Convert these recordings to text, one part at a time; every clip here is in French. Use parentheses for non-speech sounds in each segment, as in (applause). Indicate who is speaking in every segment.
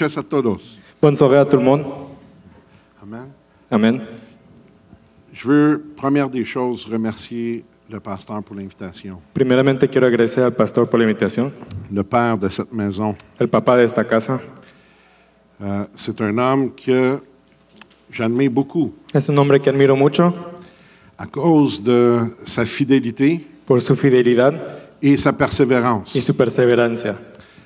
Speaker 1: noches a todos.
Speaker 2: Bonne soirée à tout le monde.
Speaker 1: Amen.
Speaker 2: Amen.
Speaker 1: Je veux, première des choses, remercier le pasteur pour l'invitation,
Speaker 2: Primeramente quiero agradecer al pastor por la invitación,
Speaker 1: le père de cette maison.
Speaker 2: el papá de esta casa.
Speaker 1: Euh, c'est un homme que j'admets beaucoup
Speaker 2: Es un hombre que admiro mucho
Speaker 1: à cause de sa fidélité
Speaker 2: por su fidelidad
Speaker 1: et sa
Speaker 2: y
Speaker 1: persévérance.
Speaker 2: su perseverancia.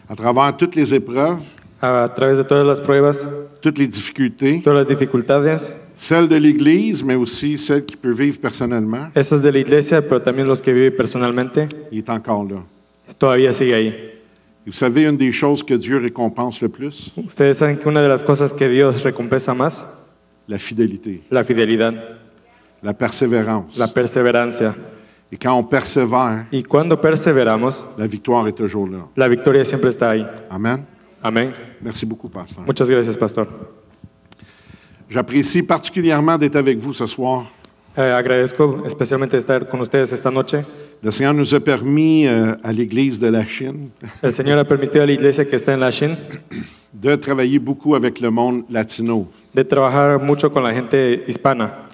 Speaker 1: À travers toutes les épreuves,
Speaker 2: A través de todas las pruebas,
Speaker 1: toutes les difficultés,
Speaker 2: todas las dificultades,
Speaker 1: celles de l'Église, mais aussi celles qu'il peut vivre personnellement,
Speaker 2: esos de la iglesia, pero también los que vive personalmente,
Speaker 1: il est encore là.
Speaker 2: todavía sigue ahí.
Speaker 1: Et vous savez, une des choses que Dieu récompense le plus,
Speaker 2: Ustedes saben que una de las cosas que Dios recompensa más,
Speaker 1: la fidélité,
Speaker 2: la fidelidad,
Speaker 1: la persévérance.
Speaker 2: la perseverancia.
Speaker 1: Et quand on persévère,
Speaker 2: Y cuando perseveramos,
Speaker 1: la victoire est toujours là.
Speaker 2: la victoria siempre está ahí.
Speaker 1: Amen.
Speaker 2: Amén.
Speaker 1: Merci beaucoup, pasteur.
Speaker 2: Muchas gracias, pastor.
Speaker 1: J'apprécie particulièrement d'être avec vous ce soir.
Speaker 2: Eh, agradezco especialmente estar con ustedes esta noche.
Speaker 1: Le Seigneur nous a permis euh, à l'Église de la Chine
Speaker 2: El Señor ha permitido a la iglesia que está en Lashin
Speaker 1: de travailler beaucoup avec le monde latino.
Speaker 2: de trabajar mucho con la gente hispana.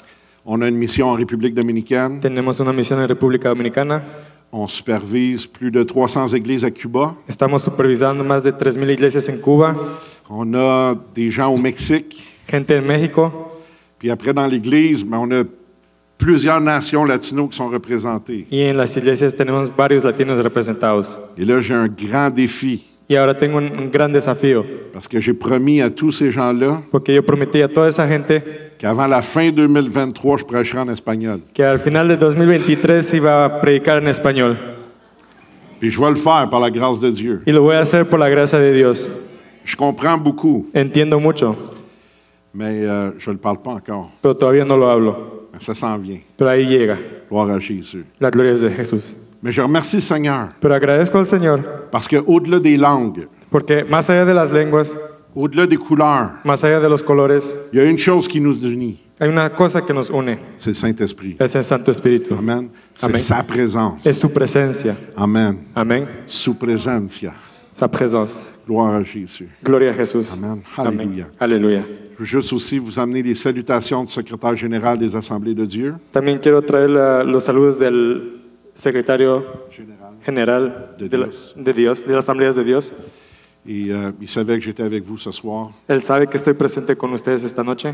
Speaker 1: On a une mission en République dominicaine.
Speaker 2: Tenemos una misión en República Dominicana.
Speaker 1: On supervise plus de 300 églises à Cuba.
Speaker 2: Estamos supervisando más de 3.000 iglesias en Cuba,
Speaker 1: On a des gens au Mexique.
Speaker 2: gente en México
Speaker 1: Puis après, dans l'Église, ben, on a plusieurs nations latino qui sont représentées.
Speaker 2: y en las iglesias tenemos varios latinos representados.
Speaker 1: Et là, j'ai un grand défi
Speaker 2: Y ahora tengo un, un gran desafío,
Speaker 1: parce que j'ai promis à tous ces gens-là
Speaker 2: porque yo prometí a toda esa gente
Speaker 1: qu'avant la fin 2023, je prêcherai en espagnol.
Speaker 2: que al final de 2023 iba a predicar en español.
Speaker 1: Puis je vais le faire par la grâce de Dieu.
Speaker 2: Y lo voy a hacer por la gracia de Dios.
Speaker 1: Je comprends beaucoup,
Speaker 2: Entiendo mucho,
Speaker 1: mais euh, je ne le parle pas encore.
Speaker 2: pero todavía no lo hablo.
Speaker 1: Mais ça s'en vient.
Speaker 2: Pero ahí llega
Speaker 1: Gloire à Jésus.
Speaker 2: la gloria es de Jesús.
Speaker 1: Mais je remercie le Seigneur
Speaker 2: Pero agradezco al Señor,
Speaker 1: parce qu'au-delà des langues,
Speaker 2: porque más allá de las lenguas,
Speaker 1: au-delà des couleurs,
Speaker 2: más allá de los colores,
Speaker 1: il y a une chose qui nous unit,
Speaker 2: hay una cosa que nos une,
Speaker 1: c'est le Saint-Esprit.
Speaker 2: es el Santo Espíritu,
Speaker 1: Amen. C'est
Speaker 2: Amen.
Speaker 1: sa présence.
Speaker 2: es su presencia,
Speaker 1: Amen.
Speaker 2: amén,
Speaker 1: Sous présentia.
Speaker 2: sa presencia.
Speaker 1: Gloire à Jésus.
Speaker 2: Gloria a Jesús.
Speaker 1: Amen.
Speaker 2: Amén.
Speaker 1: Alléluia.
Speaker 2: Aleluya.
Speaker 1: Je veux juste aussi vous amener les salutations du secrétaire général des Assemblées de Dieu.
Speaker 2: También quiero traer la- los saludos del secretario
Speaker 1: Général.
Speaker 2: general
Speaker 1: De
Speaker 2: de, la-
Speaker 1: Dios.
Speaker 2: de Dios, de las asambleas de Dios.
Speaker 1: Et euh, il savait que j'étais avec vous ce soir.
Speaker 2: Él sabe que estoy presente con ustedes esta noche,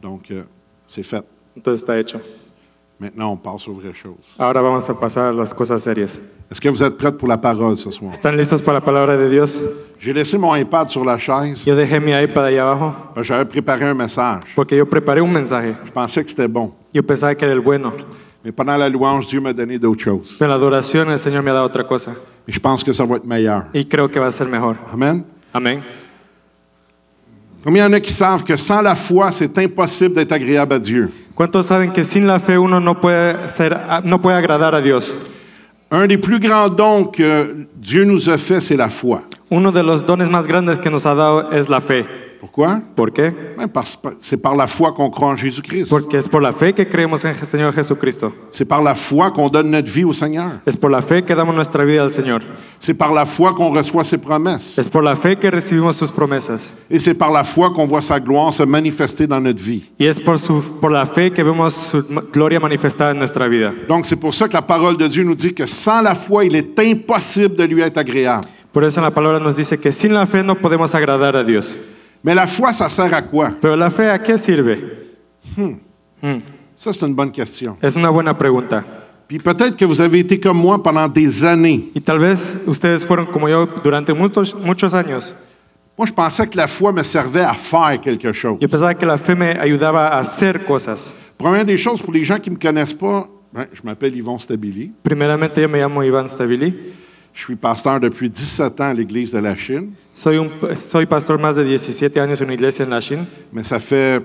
Speaker 1: Donc, euh, c'est fait.
Speaker 2: entonces está hecho.
Speaker 1: Maintenant, on passe aux vraies choses.
Speaker 2: Ahora vamos a pasar a las cosas serias.
Speaker 1: Est-ce que vous êtes prêts pour la parole ce soir?
Speaker 2: ¿Están listos para la palabra de Dios?
Speaker 1: J'ai laissé mon iPad sur la chaise.
Speaker 2: Yo dejé mi iPad ahí abajo
Speaker 1: parce que J'avais préparé un message.
Speaker 2: porque yo preparé un mensaje.
Speaker 1: Je pensais que c'était bon.
Speaker 2: Yo pensaba que era el bueno.
Speaker 1: Mais pendant la louange, Dieu m'a donné d'autres choses.
Speaker 2: Pero en la adoración el Señor me ha dado otra cosa
Speaker 1: Et je pense que ça va être meilleur.
Speaker 2: y creo que va a ser mejor.
Speaker 1: Amen.
Speaker 2: Amén.
Speaker 1: Combien il y en a qui savent que sans la foi, c'est impossible d'être agréable à Dieu?
Speaker 2: ¿Cuántos saben que sin la fe uno no puede, ser, ah, no puede agradar a Dios?
Speaker 1: Un des plus grands dons que Dieu nous a fait, c'est la foi.
Speaker 2: Uno de los dones más grandes que nos ha dado es la fe.
Speaker 1: Pourquoi?
Speaker 2: ¿Por qué?
Speaker 1: Ben, parce- C'est par la foi qu'on croit en Jésus-Christ.
Speaker 2: Porque es por la fe que creemos en el Señor Jesucristo.
Speaker 1: C'est par la foi qu'on donne notre vie au Seigneur.
Speaker 2: Es por la fe que damos nuestra vida al Señor.
Speaker 1: C'est par la foi qu'on reçoit ses promesses.
Speaker 2: Es por la fe que recibimos sus promesas.
Speaker 1: Et c'est par la foi qu'on voit sa gloire se manifester dans notre vie.
Speaker 2: Y es por, su, por la fe que vemos su gloria manifestada en nuestra vida.
Speaker 1: Donc c'est pour ça que la parole de Dieu nous dit que sans la foi, il est impossible de lui être agréable.
Speaker 2: Por eso la palabra nos dice que sin la fe no podemos agradar a Dios.
Speaker 1: Mais la foi, ça sert à quoi?
Speaker 2: Pero la fe a qué sirve?
Speaker 1: Ça, c'est une bonne question.
Speaker 2: Es una buena pregunta.
Speaker 1: Puis peut-être que vous avez été comme moi pendant des années.
Speaker 2: Y tal vez ustedes fueron como yo durante muchos, muchos años.
Speaker 1: Moi, je pensais que la foi me servait à faire quelque chose.
Speaker 2: Yo pensaba que la fe me ayudaba a hacer cosas.
Speaker 1: Première des choses, pour les gens qui ne me connaissent pas, ben, je m'appelle Yvon Stabili.
Speaker 2: Primeramente yo me llamo Iván Stabili.
Speaker 1: Je suis pasteur depuis 17 ans à l'Église de la Chine.
Speaker 2: Soy, un, soy pastor más de 17 años en una iglesia en Lashin,
Speaker 1: Mais ça fait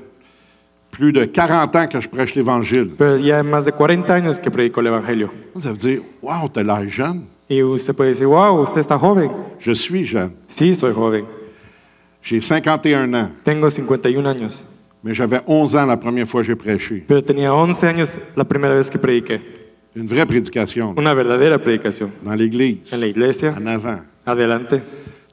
Speaker 1: plus de 40 ans que je prêche l'Évangile.
Speaker 2: pero ya más de 40 años que predico el Evangelio.
Speaker 1: Vous allez dire, wow, t'as l'air jeune.
Speaker 2: Y usted puede decir, wow, usted está joven.
Speaker 1: Je suis jeune.
Speaker 2: Sí, soy joven.
Speaker 1: J'ai 51 ans,
Speaker 2: Tengo 51 años,
Speaker 1: mais j'avais 11 ans la première fois que j'ai prêché.
Speaker 2: pero tenía 11 años la primera vez que prediqué.
Speaker 1: Une vraie prédication là,
Speaker 2: Una verdadera predicación.
Speaker 1: dans l'Église,
Speaker 2: En la iglesia,
Speaker 1: en avant.
Speaker 2: adelante.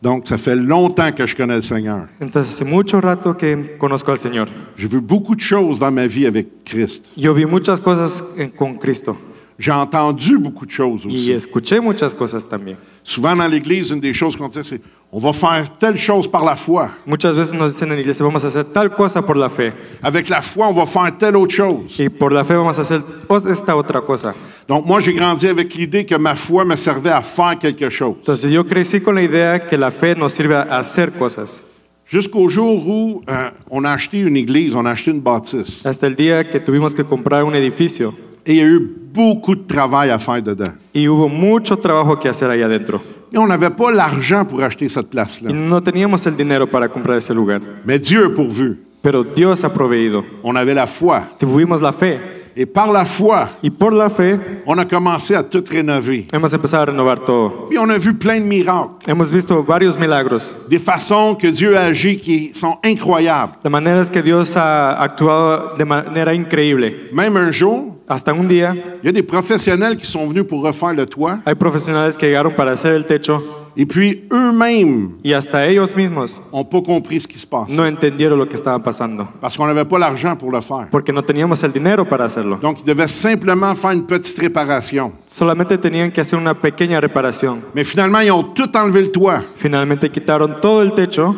Speaker 1: Donc, ça fait longtemps que je connais le Seigneur.
Speaker 2: Entonces, hace mucho rato que conozco al Señor.
Speaker 1: J'ai vu beaucoup de choses dans ma vie avec Christ.
Speaker 2: Yo vi muchas cosas eh, con Cristo
Speaker 1: J'ai entendu beaucoup de choses
Speaker 2: y
Speaker 1: aussi.
Speaker 2: escuché muchas cosas también.
Speaker 1: Souvent dans l'Église, une des choses qu'on dit, c'est on va faire telle chose par la foi.
Speaker 2: Muchas veces nos dicen en la iglesia, vamos a hacer tal cosa por la fe,
Speaker 1: Avec la foi, on va faire telle autre chose.
Speaker 2: y por la fe vamos a hacer o- esta otra cosa.
Speaker 1: Donc, moi, j'ai grandi avec l'idée que ma foi me servait à faire quelque chose.
Speaker 2: Entonces yo crecí con la idea que la fe nos sirve a hacer cosas,
Speaker 1: Jusqu'au jour où euh, on a acheté une église, on a acheté une bâtisse.
Speaker 2: hasta el día que tuvimos que comprar un edificio
Speaker 1: Et il y a eu beaucoup de travail à faire dedans.
Speaker 2: y hubo mucho trabajo que hacer ahí adentro.
Speaker 1: Et on n'avait pas l'argent pour acheter cette
Speaker 2: Y
Speaker 1: place-là.
Speaker 2: no teníamos el dinero para comprar ese lugar,
Speaker 1: Mais Dieu a pourvu.
Speaker 2: pero Dios ha proveído.
Speaker 1: On avait la foi.
Speaker 2: Tuvimos la fe
Speaker 1: Et par la foi,
Speaker 2: y por la fe
Speaker 1: on a commencé à tout rénover.
Speaker 2: hemos empezado a renovar todo.
Speaker 1: Puis on a vu plein de miracles,
Speaker 2: Hemos visto varios milagros,
Speaker 1: des façons que Dieu agit qui sont incroyables.
Speaker 2: de maneras que Dios ha actuado de manera increíble.
Speaker 1: Même un jour,
Speaker 2: Hasta un día
Speaker 1: il y a des professionnels qui sont venus pour refaire le toit.
Speaker 2: hay profesionales que llegaron para hacer el techo
Speaker 1: Et puis eux-mêmes
Speaker 2: y hasta ellos mismos
Speaker 1: n'ont pas compris ce qui se passe.
Speaker 2: no entendieron lo que estaba pasando,
Speaker 1: Parce qu'on n'avait pas l'argent pour le faire.
Speaker 2: porque no teníamos el dinero para hacerlo.
Speaker 1: Donc, ils devaient simplement faire une petite réparation.
Speaker 2: Solamente tenían que hacer una pequeña reparación.
Speaker 1: Mais finalement, ils ont tout enlevé le toit.
Speaker 2: Finalmente quitaron todo el techo,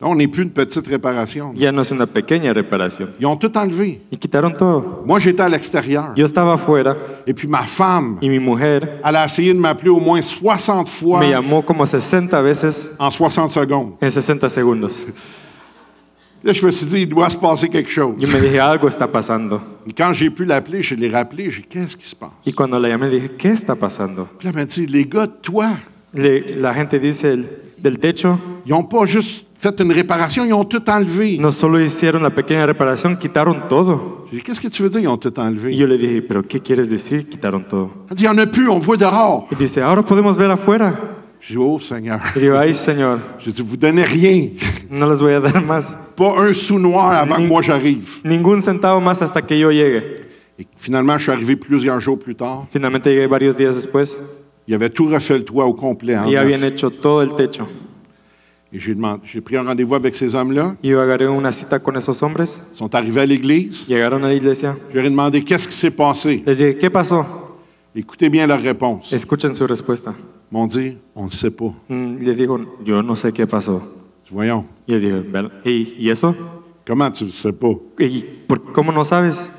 Speaker 1: Là, on n'est plus une petite réparation.
Speaker 2: ya no es una pequeña reparación.
Speaker 1: Ils ont tout enlevé.
Speaker 2: Y quitaron todo.
Speaker 1: Moi, j'étais à l'extérieur.
Speaker 2: Yo estaba afuera
Speaker 1: Et puis, ma femme,
Speaker 2: y mi mujer
Speaker 1: elle a essayé de m'appeler au moins 60 fois
Speaker 2: me llamó como 60 veces
Speaker 1: en 60 secondes.
Speaker 2: en 60 segundos.
Speaker 1: Là, je me suis dit, il doit se passer quelque
Speaker 2: Yo
Speaker 1: chose.
Speaker 2: me dije, algo está pasando.
Speaker 1: Quand j'ai pu l'appeler, je l'ai rappelé. J'ai dit, qu'est-ce qui se passe?
Speaker 2: Y cuando la llamé, dije, ¿qué está pasando?
Speaker 1: Puis là, elle m'a dit, les gars, toi,
Speaker 2: Le- la gente dice, el- del techo,
Speaker 1: ils n'ont pas juste fait une réparation, ils ont tout enlevé.
Speaker 2: no solo hicieron la pequeña reparación, quitaron todo.
Speaker 1: J'ai dit, qu'est-ce que tu veux dire, ils ont tout
Speaker 2: Y
Speaker 1: enlevé?
Speaker 2: yo le dije, ¿pero qué quieres decir? Quitaron todo.
Speaker 1: Elle dit, il n'y en a plus, on voit dehors.
Speaker 2: Y dice, ahora podemos ver afuera.
Speaker 1: J'ai dit, oh Seigneur.
Speaker 2: Y digo, ay, señor,
Speaker 1: J'ai dit, vous donnez rien.
Speaker 2: no les voy a (laughs) dar más.
Speaker 1: Pas un sou noir avant que
Speaker 2: Ni-
Speaker 1: moi j'arrive.
Speaker 2: Ningún centavo más hasta que yo llegue.
Speaker 1: Et finalement, je suis arrivé plusieurs jours plus tard.
Speaker 2: Finalmente llegué varios días después
Speaker 1: Il avait tout refait le toit au complet. en
Speaker 2: y
Speaker 1: neuf.
Speaker 2: habían hecho todo el techo.
Speaker 1: Et j'ai demandé- j'ai pris un rendez-vous avec ces hommes-là.
Speaker 2: Y yo agarré una cita con esos hombres,
Speaker 1: Ils sont arrivés à l'église.
Speaker 2: llegaron a la iglesia,
Speaker 1: Je leur ai demandé qu'est-ce qui s'est passé.
Speaker 2: les dije, ¿qué pasó?
Speaker 1: Écoutez bien leur réponse. Ils
Speaker 2: Escuchen su respuesta.
Speaker 1: m'ont dit, on ne sait pas.
Speaker 2: Mm, Les digo, yo no sé qué pasó.
Speaker 1: Voyons,
Speaker 2: Y yo dije, "Vel- ¿y, y eso?
Speaker 1: comment tu ne sais pas?
Speaker 2: ¿Y por, cómo no sabes?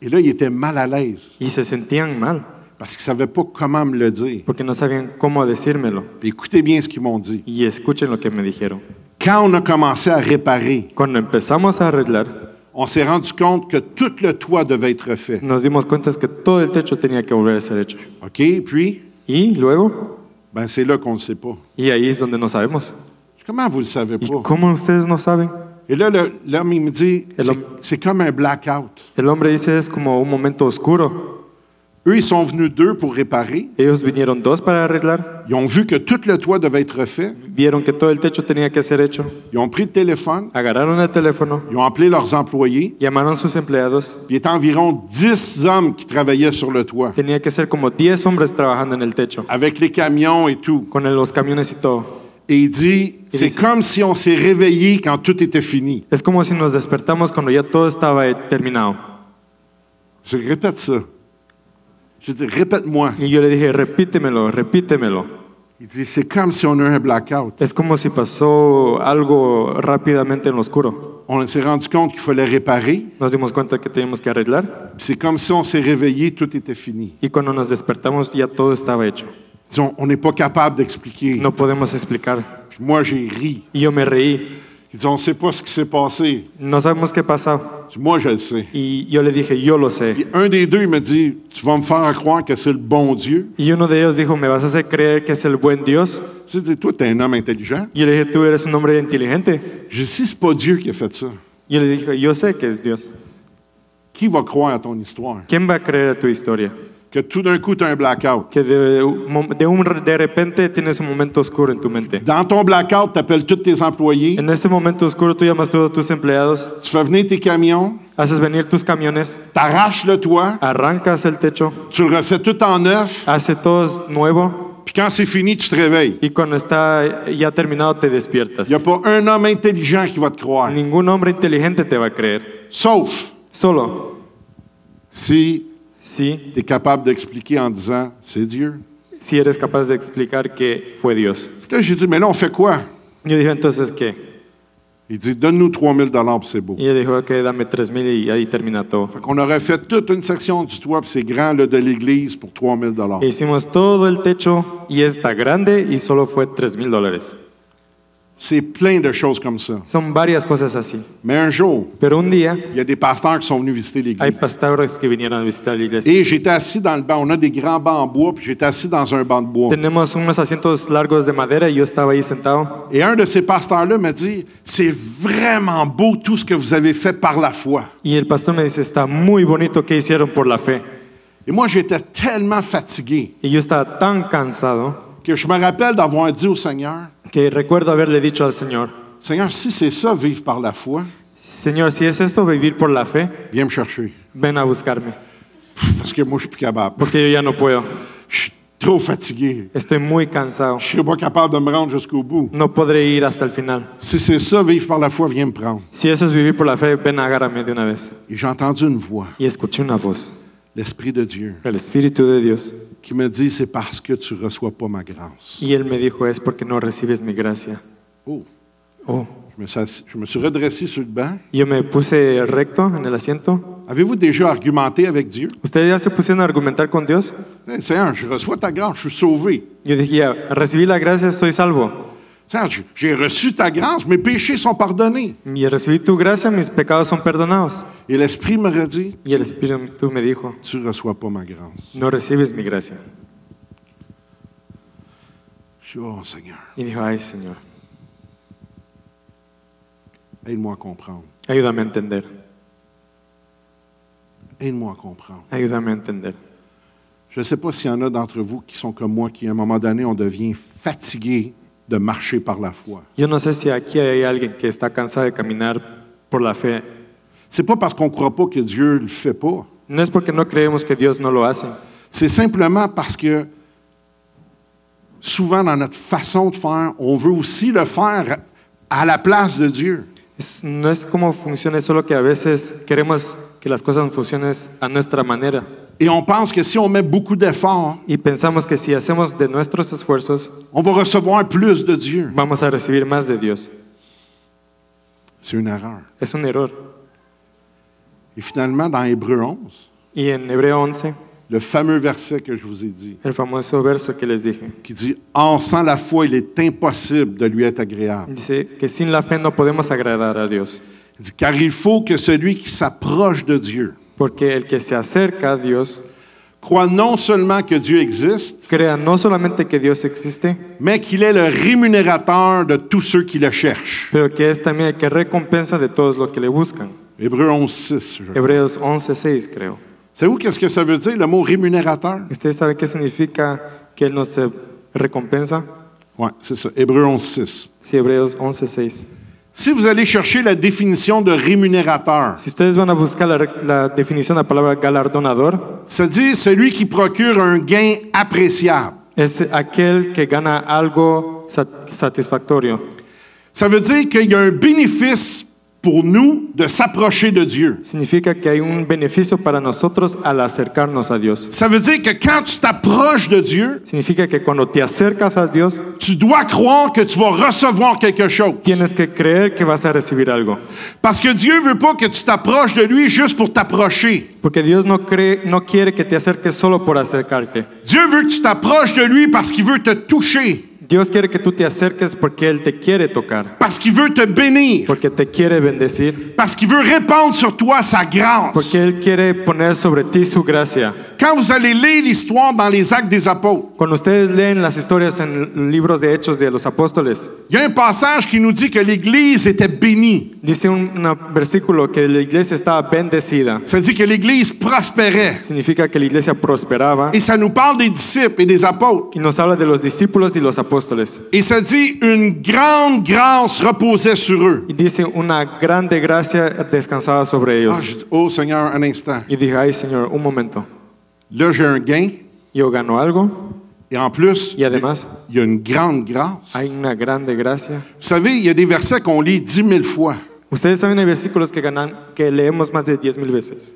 Speaker 1: Et là, ils étaient mal à l'aise
Speaker 2: Y se sentían mal,
Speaker 1: parce qu'ils ne savaient pas comment me le dire.
Speaker 2: porque no sabían cómo decírmelo.
Speaker 1: Puis écoutez bien ce qu'ils m'ont dit.
Speaker 2: Y escuchen lo que me dijeron.
Speaker 1: Quand on a commencé à réparer,
Speaker 2: Cuando empezamos a arreglar,
Speaker 1: on s'est rendu compte que tout le toit devait être refait.
Speaker 2: nos dimos cuenta que todo el techo tenía que volver a ser hecho.
Speaker 1: OK? Puis,
Speaker 2: Y luego,
Speaker 1: ben c'est là qu'on ne sait pas.
Speaker 2: y ahí es donde no sabemos.
Speaker 1: Comment vous ne le savez
Speaker 2: ¿Y
Speaker 1: pas?
Speaker 2: cómo ustedes no saben?
Speaker 1: Et là, le- l'homme, il me dit,
Speaker 2: Et
Speaker 1: c'est-
Speaker 2: l'homme-
Speaker 1: c'est comme un blackout.
Speaker 2: El hombre dice, es como un momento oscuro.
Speaker 1: Eux, ils sont venus deux pour réparer.
Speaker 2: Ellos vinieron dos para arreglar,
Speaker 1: Ils ont vu que tout le toit devait être refait.
Speaker 2: vieron que todo el techo tenía que ser hecho,
Speaker 1: Ils ont pris le téléphone.
Speaker 2: agarraron el teléfono,
Speaker 1: Ils ont appelé leurs employés.
Speaker 2: llamaron a sus empleados.
Speaker 1: Il y était environ 10 hommes qui travaillaient sur le toit,
Speaker 2: Tenía que ser como 10 hombres trabajando en el techo.
Speaker 1: avec les camions et tout.
Speaker 2: con los camiones y todo.
Speaker 1: Et il dit, c'est
Speaker 2: dit-
Speaker 1: comme si on s'est réveillé quand tout était fini.
Speaker 2: Es como si nos despertamos cuando ya todo estaba eh, terminado.
Speaker 1: Je dis, répète ça. Je dis, répète-moi.
Speaker 2: Y yo le dije, repítemelo, repítemelo.
Speaker 1: Il dit, c'est comme si on a eu un blackout.
Speaker 2: Es como si pasó algo rápidamente en lo oscuro.
Speaker 1: On s'est rendu compte qu'il fallait réparer.
Speaker 2: Nos dimos cuenta que teníamos que arreglar
Speaker 1: C'est comme si on s'est réveillé, tout était fini.
Speaker 2: y cuando nos despertamos ya todo estaba hecho.
Speaker 1: Ils ont- on n'est pas capable d'expliquer.
Speaker 2: No podemos explicar.
Speaker 1: Puis moi, j'ai ri.
Speaker 2: Y yo me reí.
Speaker 1: Ils disent, on ne sait pas ce qui s'est passé.
Speaker 2: No sabemos qué pasó.
Speaker 1: Je dis, moi, je le sais.
Speaker 2: Y yo le dije, yo lo sé.
Speaker 1: Puis un des deux, il me dit, tu vas me faire croire que c'est le bon Dieu.
Speaker 2: Y uno de ellos dijo, ¿me vas a hacer creer que es el buen Dios?
Speaker 1: Je dis, toi, tu es un homme intelligent.
Speaker 2: Y yo le dije, tú eres un hombre inteligente.
Speaker 1: Je dis, si c'est pas Dieu qui a fait ça,
Speaker 2: Y yo le dije, yo sé que es Dios.
Speaker 1: qui va croire à ton histoire?
Speaker 2: ¿Quién va a creer a tu historia?
Speaker 1: Que tout d'un coup, tu as un blackout.
Speaker 2: que de, de un de repente tienes un momento oscuro en tu mente.
Speaker 1: Dans ton blackout, tu appelles tous tes employés,
Speaker 2: En ese momento oscuro tú llamas a todos tus empleados,
Speaker 1: tu fais venir tes camions,
Speaker 2: haces venir tus camiones,
Speaker 1: tu arraches le toit,
Speaker 2: arrancas el techo,
Speaker 1: tu le refais tout en neuf,
Speaker 2: hace todo nuevo
Speaker 1: puis quand c'est fini, tu te réveilles.
Speaker 2: y cuando está ya terminado te despiertas.
Speaker 1: Il n'y a pas un homme intelligent qui va te croire,
Speaker 2: Ningún hombre inteligente te va a creer.
Speaker 1: sauf
Speaker 2: Solo
Speaker 1: si
Speaker 2: si,
Speaker 1: tu es capable d'expliquer en disant c'est Dieu.
Speaker 2: si eres capaz de explicar que fue Dios.
Speaker 1: Puis là, j'ai dit mais là, on fait quoi?
Speaker 2: Yo dije entonces qué.
Speaker 1: Il dit donne-nous 3000 dollars, c'est beau.
Speaker 2: Y ella dijo que dame tres mil y ahí termina todo.
Speaker 1: Fait qu'on aurait fait toute une section du toit, puis c'est grand là, de l'église pour 3000 dollars.
Speaker 2: Hicimos todo el techo y está grande y solo fue tres mil dólares.
Speaker 1: C'est plein de choses comme ça.
Speaker 2: Son varias cosas así.
Speaker 1: Mais un jour,
Speaker 2: Pero un día
Speaker 1: il y a des pasteurs qui sont venus visiter
Speaker 2: hay
Speaker 1: l'église.
Speaker 2: pastores que vinieron a visitar la iglesia.
Speaker 1: Et j'étais assis dans le banc. On a des grands bancs en bois, puis j'étais assis dans un banc de bois.
Speaker 2: Tenemos unos asientos largos de madera y yo estaba ahí sentado.
Speaker 1: Et un de ces pasteurs-là m'a dit C'est vraiment beau tout ce que vous avez fait par la foi.
Speaker 2: Y el pastor me dice, está muy bonito que hicieron por la fe.
Speaker 1: Et moi, j'étais tellement fatigué
Speaker 2: Y yo estaba tan cansado
Speaker 1: que je me rappelle d'avoir dit au Seigneur
Speaker 2: que recuerdo haberle dicho al Señor,
Speaker 1: Seigneur, si c'est ça, vivre par la foi,
Speaker 2: Señor, si es esto vivir por la fe,
Speaker 1: viens me chercher.
Speaker 2: ven a buscarme,
Speaker 1: Parce que moi, je suis plus capable.
Speaker 2: porque yo ya no puedo.
Speaker 1: Je suis trop fatigué.
Speaker 2: Estoy muy cansado.
Speaker 1: Je ne suis pas capable de me rendre jusqu'au bout.
Speaker 2: No podré ir hasta el final.
Speaker 1: Si c'est ça, vivre par la foi, viens me prendre.
Speaker 2: Si eso es vivir por la fe, ven agárrame de una vez.
Speaker 1: Et j'ai entendu une voix,
Speaker 2: Y escuché una voz,
Speaker 1: l'Esprit de Dieu,
Speaker 2: el Espíritu de Dios.
Speaker 1: qui me dit C'est parce que tu ne reçois pas ma grâce.
Speaker 2: Y él me dijo, es porque no recibes mi gracia.
Speaker 1: Oh,
Speaker 2: Oh.
Speaker 1: je me suis, assis- je me suis redressé sur le banc.
Speaker 2: Yo me puse recto en el asiento.
Speaker 1: Avez-vous déjà argumenté avec Dieu
Speaker 2: ¿Ustedes ya se pusieron a argumentar con Dios?
Speaker 1: Hey, Seigneur, je reçois ta grâce, je suis sauvé.
Speaker 2: Yo dije, ya, recibí la gracia, soy salvo.
Speaker 1: Seigneur, j- j'ai reçu ta grâce, mes péchés sont pardonnés.
Speaker 2: Y recibí tu gracia, mis pecados son perdonados.
Speaker 1: Et l'Esprit me redit,
Speaker 2: Y el Espíritu me dijo,
Speaker 1: tu ne reçois pas ma grâce.
Speaker 2: no recibes mi gracia.
Speaker 1: Je suis, oh Seigneur,
Speaker 2: Y dijo, ay Señor,
Speaker 1: aide-moi à comprendre.
Speaker 2: ayúdame a entender,
Speaker 1: Aide-moi à comprendre.
Speaker 2: ayúdame a entender.
Speaker 1: Je ne sais pas s'il y en a d'entre vous qui sont comme moi, qui à un moment donné, on devient fatigué de marcher par la foi.
Speaker 2: Yo no sé si aquí hay alguien que está cansado de caminar por la fe.
Speaker 1: C'est pas parce qu'on ne croit pas que Dieu ne le fait pas.
Speaker 2: No es porque no creemos que Dios no lo hace,
Speaker 1: C'est simplement parce que souvent dans notre façon de faire, on veut aussi le faire à la place de Dieu.
Speaker 2: Es- no es como funciona, es solo que a veces queremos que las cosas funcionen a nuestra manera.
Speaker 1: Et on pense que si on met beaucoup d'efforts,
Speaker 2: Y pensamos que si hacemos de nuestros esfuerzos,
Speaker 1: on va recevoir plus de Dieu.
Speaker 2: vamos a recibir más de Dios.
Speaker 1: C'est une erreur.
Speaker 2: Es un error.
Speaker 1: Et finalement, dans Hébreu 11,
Speaker 2: Y en Hebreo 11,
Speaker 1: le fameux verset que je vous ai dit,
Speaker 2: el famoso verso que les dije,
Speaker 1: qui dit En sans la foi, il est impossible de lui être agréable.
Speaker 2: dice que sin la fe no podemos agradar a Dios,
Speaker 1: Il dit Car il faut que celui qui s'approche de Dieu
Speaker 2: porque el que se acerca a Dios
Speaker 1: croit non seulement que Dieu existe,
Speaker 2: crea no solamente que Dios existe,
Speaker 1: mais qu'il est le rémunérateur de tous ceux qui le cherchent.
Speaker 2: pero que es también el que recompensa de todos los que le buscan.
Speaker 1: Hébreu 11, 6. je-
Speaker 2: Hebreos 11:6 creo.
Speaker 1: Savez-vous qu'est-ce que ça veut dire, le mot rémunérateur?
Speaker 2: ¿Ustedes saben qué significa que Él nos eh, recompensa?
Speaker 1: Oui, c'est ça. Hébreu 11, 6.
Speaker 2: Sí, Hebreos 11:6.
Speaker 1: Si vous allez chercher la définition de rémunérateur,
Speaker 2: Si ustedes van a buscar la, re- la definición de la palabra galardonador,
Speaker 1: ça dit celui qui procure un gain appréciable.
Speaker 2: es aquel que gana algo sat- satisfactorio.
Speaker 1: Ça veut dire qu'il y a un bénéfice pour nous de s'approcher de Dieu.
Speaker 2: Significa que hay un beneficio para nosotros al acercarnos a Dios.
Speaker 1: Ça veut dire que quand tu t'approches de Dieu,
Speaker 2: Significa que cuando te acercas a Dios,
Speaker 1: tu dois croire que tu vas recevoir quelque chose.
Speaker 2: tienes que creer que vas a recibir algo.
Speaker 1: Parce que Dieu veut pas que tu t'approches de lui juste pour t'approcher.
Speaker 2: Porque Dios no, cree, no quiere que te acerques solo por acercarte.
Speaker 1: Dieu veut que tu t'approches de lui parce qu'il veut te toucher,
Speaker 2: Dios quiere que tú te acerques porque Él te quiere tocar,
Speaker 1: parce qu'il veut te bénir,
Speaker 2: porque te quiere bendecir,
Speaker 1: parce qu'il veut répandre sur toi sa grâce.
Speaker 2: porque Él quiere poner sobre ti su gracia.
Speaker 1: Quand vous allez lire l'histoire dans les actes des apôtres,
Speaker 2: Cuando ustedes leen las historias en libros de hechos de los apóstoles,
Speaker 1: Il y a un passage qui nous dit que l'Église était bénie.
Speaker 2: dice un un versículo que la iglesia estaba bendecida.
Speaker 1: Ça dit que l'Église prospérait.
Speaker 2: Significa que la iglesia prosperaba
Speaker 1: Et ça nous parle des disciples et des apôtres.
Speaker 2: y nos habla de los discípulos y los apóstoles.
Speaker 1: Et ça dit une grande grâce reposait sur eux.
Speaker 2: Y dice una grande gracia descansaba sobre
Speaker 1: Ah,
Speaker 2: ellos.
Speaker 1: je dis, oh Seigneur, un instant.
Speaker 2: Y dije, ay Señor, un momento,
Speaker 1: Là, j'ai un gain,
Speaker 2: yo gano algo,
Speaker 1: Et en plus,
Speaker 2: Y además,
Speaker 1: il y a une grande grâce.
Speaker 2: hay una grande gracia.
Speaker 1: Vous savez, il y a des versets qu'on lit dix mille fois,
Speaker 2: Ustedes saben, hay versículos que, ganan, que leemos más de 10.000 veces,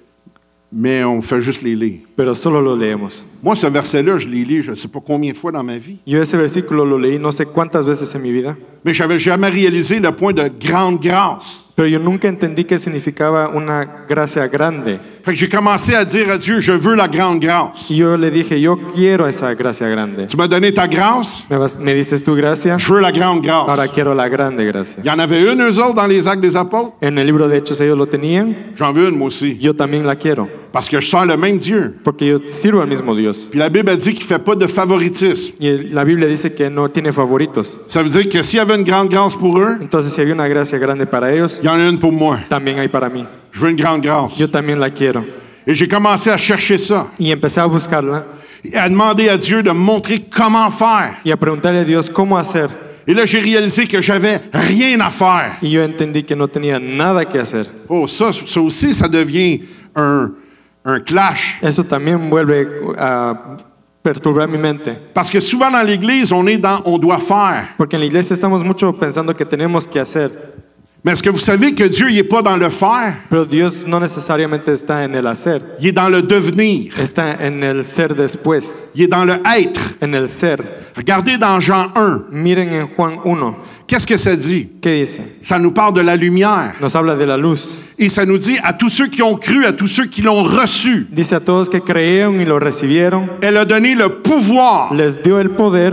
Speaker 1: mais on fait juste les lire.
Speaker 2: pero solo lo leemos.
Speaker 1: Moi, ce verset-là, je l'ai lu je ne sais pas combien de fois dans ma vie,
Speaker 2: Yo ese versículo lo leí no sé cuántas veces en mi vida,
Speaker 1: mais je n'avais jamais réalisé le point de grande grâce.
Speaker 2: pero yo nunca entendí qué significaba una gracia grande.
Speaker 1: Fait que j'ai commencé à dire à Dieu, je veux la grande grâce.
Speaker 2: Y yo le dije, yo quiero esa gracia grande.
Speaker 1: Tu m'as donné ta grâce,
Speaker 2: Me, vas- me dices tu gracia,
Speaker 1: je veux la grande
Speaker 2: ahora
Speaker 1: grâce.
Speaker 2: quiero la grande gracia.
Speaker 1: Il y en avait une, eux autres, dans les actes des apôtres.
Speaker 2: En el libro de Hechos ellos lo tenían,
Speaker 1: J'en veux une, moi aussi,
Speaker 2: yo también la quiero,
Speaker 1: parce que je sens le même Dieu.
Speaker 2: porque yo sirvo al mismo Dios.
Speaker 1: Puis la Bible a dit qu'il ne fait pas de favoritisme.
Speaker 2: Y el- la Biblia dice que no tiene favoritos.
Speaker 1: Ça veut dire que s'il y avait une grande grâce pour eux,
Speaker 2: Entonces, si había una gracia grande para ellos,
Speaker 1: il y en a une pour moi.
Speaker 2: también hay para mí.
Speaker 1: Je veux une grande grâce.
Speaker 2: Yo también la quiero.
Speaker 1: Et j'ai commencé à chercher ça,
Speaker 2: Y empecé a buscarla
Speaker 1: et à demander à Dieu de me montrer comment faire.
Speaker 2: y a preguntarle a Dios cómo hacer.
Speaker 1: Et là, j'ai réalisé que j'avais rien à faire.
Speaker 2: Y yo entendí que no tenía nada que hacer.
Speaker 1: Oh, ça, ça aussi, ça devient un, un clash.
Speaker 2: Eso también vuelve a perturbar mi mente.
Speaker 1: Parce que souvent dans l'Église, on est dans on doit faire.
Speaker 2: Porque en la iglesia estamos mucho pensando que tenemos que hacer.
Speaker 1: Mais est-ce que vous savez que Dieu n'est pas dans le faire,
Speaker 2: Pero Dios no necesariamente está en el hacer.
Speaker 1: il est dans le devenir,
Speaker 2: Está en el ser después.
Speaker 1: il est dans le être.
Speaker 2: En el ser.
Speaker 1: Regardez dans Jean 1,
Speaker 2: Miren en Juan 1.
Speaker 1: qu'est-ce que ça dit?
Speaker 2: ¿Qué dice?
Speaker 1: Ça nous parle de la lumière.
Speaker 2: Nos habla de la luz.
Speaker 1: Et ça nous dit à tous ceux qui ont cru, à tous ceux qui l'ont reçu,
Speaker 2: Dice a todos que creyeron y lo recibieron.
Speaker 1: elle a donné le pouvoir,
Speaker 2: Les dio el poder,